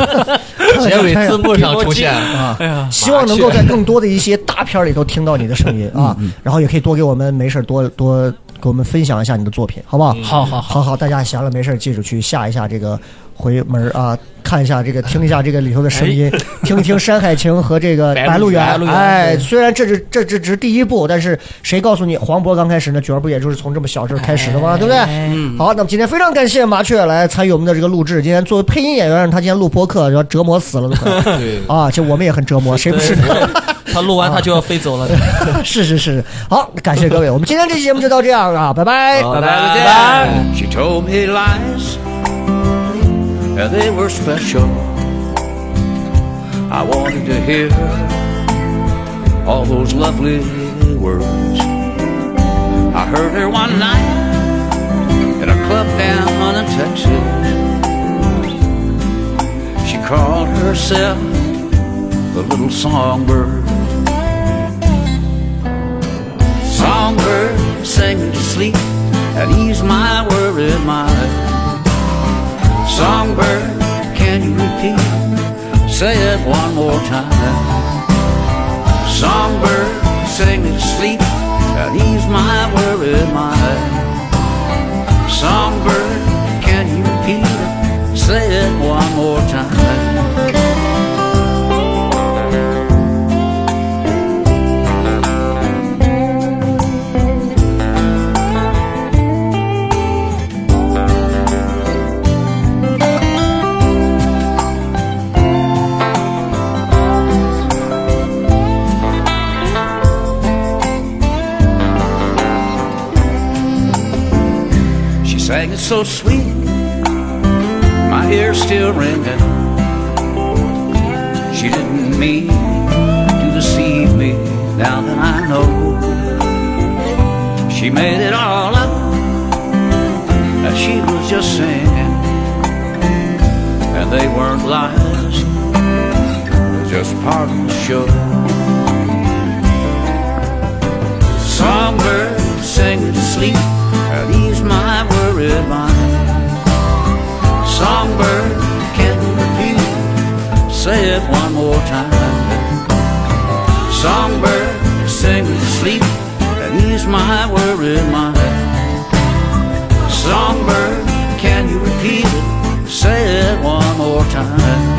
结尾字幕上出现
啊
哎呀，
希望能够在更多的一些大片儿里头听到你的声音啊，然后也可以多给我们没事儿多多给我们分享一下你的作品，好不好？
好好好，
啊好好，大家闲了没事儿记住去下一下这个回门儿啊，看一下 这个，听一下这个里头的声音，听一听《山海情》和这个《白鹿原
哎 白》鹿。原
哎，
对
虽然这只这只只是第一部，但是谁告诉你黄渤刚开始呢？角儿不也就是从这么小事儿开始的
哎
吗？对不对？
嗯
好，那么今天非常感谢麻雀来参与我们的这个录制。今天作为配音演员，让他今天录播客，要折磨死了都可 能。
对，
啊，这我们也很折磨，谁不是呢？
他录完他就要飞走了，
是是是，好，感谢各位，我们今天这期节目就到这样啊，拜拜。
好
拜
的
拜。
再见
She told me lies, and they were special. I wanted to hear all those lovely words. I heard her one night at a club down in Texas. She called herself the little songbird. Songbird, sing me to sleep and ease my worried mind. Songbird, can you repeat? Say it one more time. Songbird, sing me to sleep and ease my worried mind. Songbird, can you repeat it? Say it one more time. She sang it so sweet, my ears still ringing. me to deceive me now that I know she made it all up as she was just saying and they weren't lies they're just part of the show songbirds singing to sleep and ease my worried mind songbird can repeat Say it one more time. Songbird, sing to sleep and ease my worried mind. Songbird, can you repeat it? Say it one more time.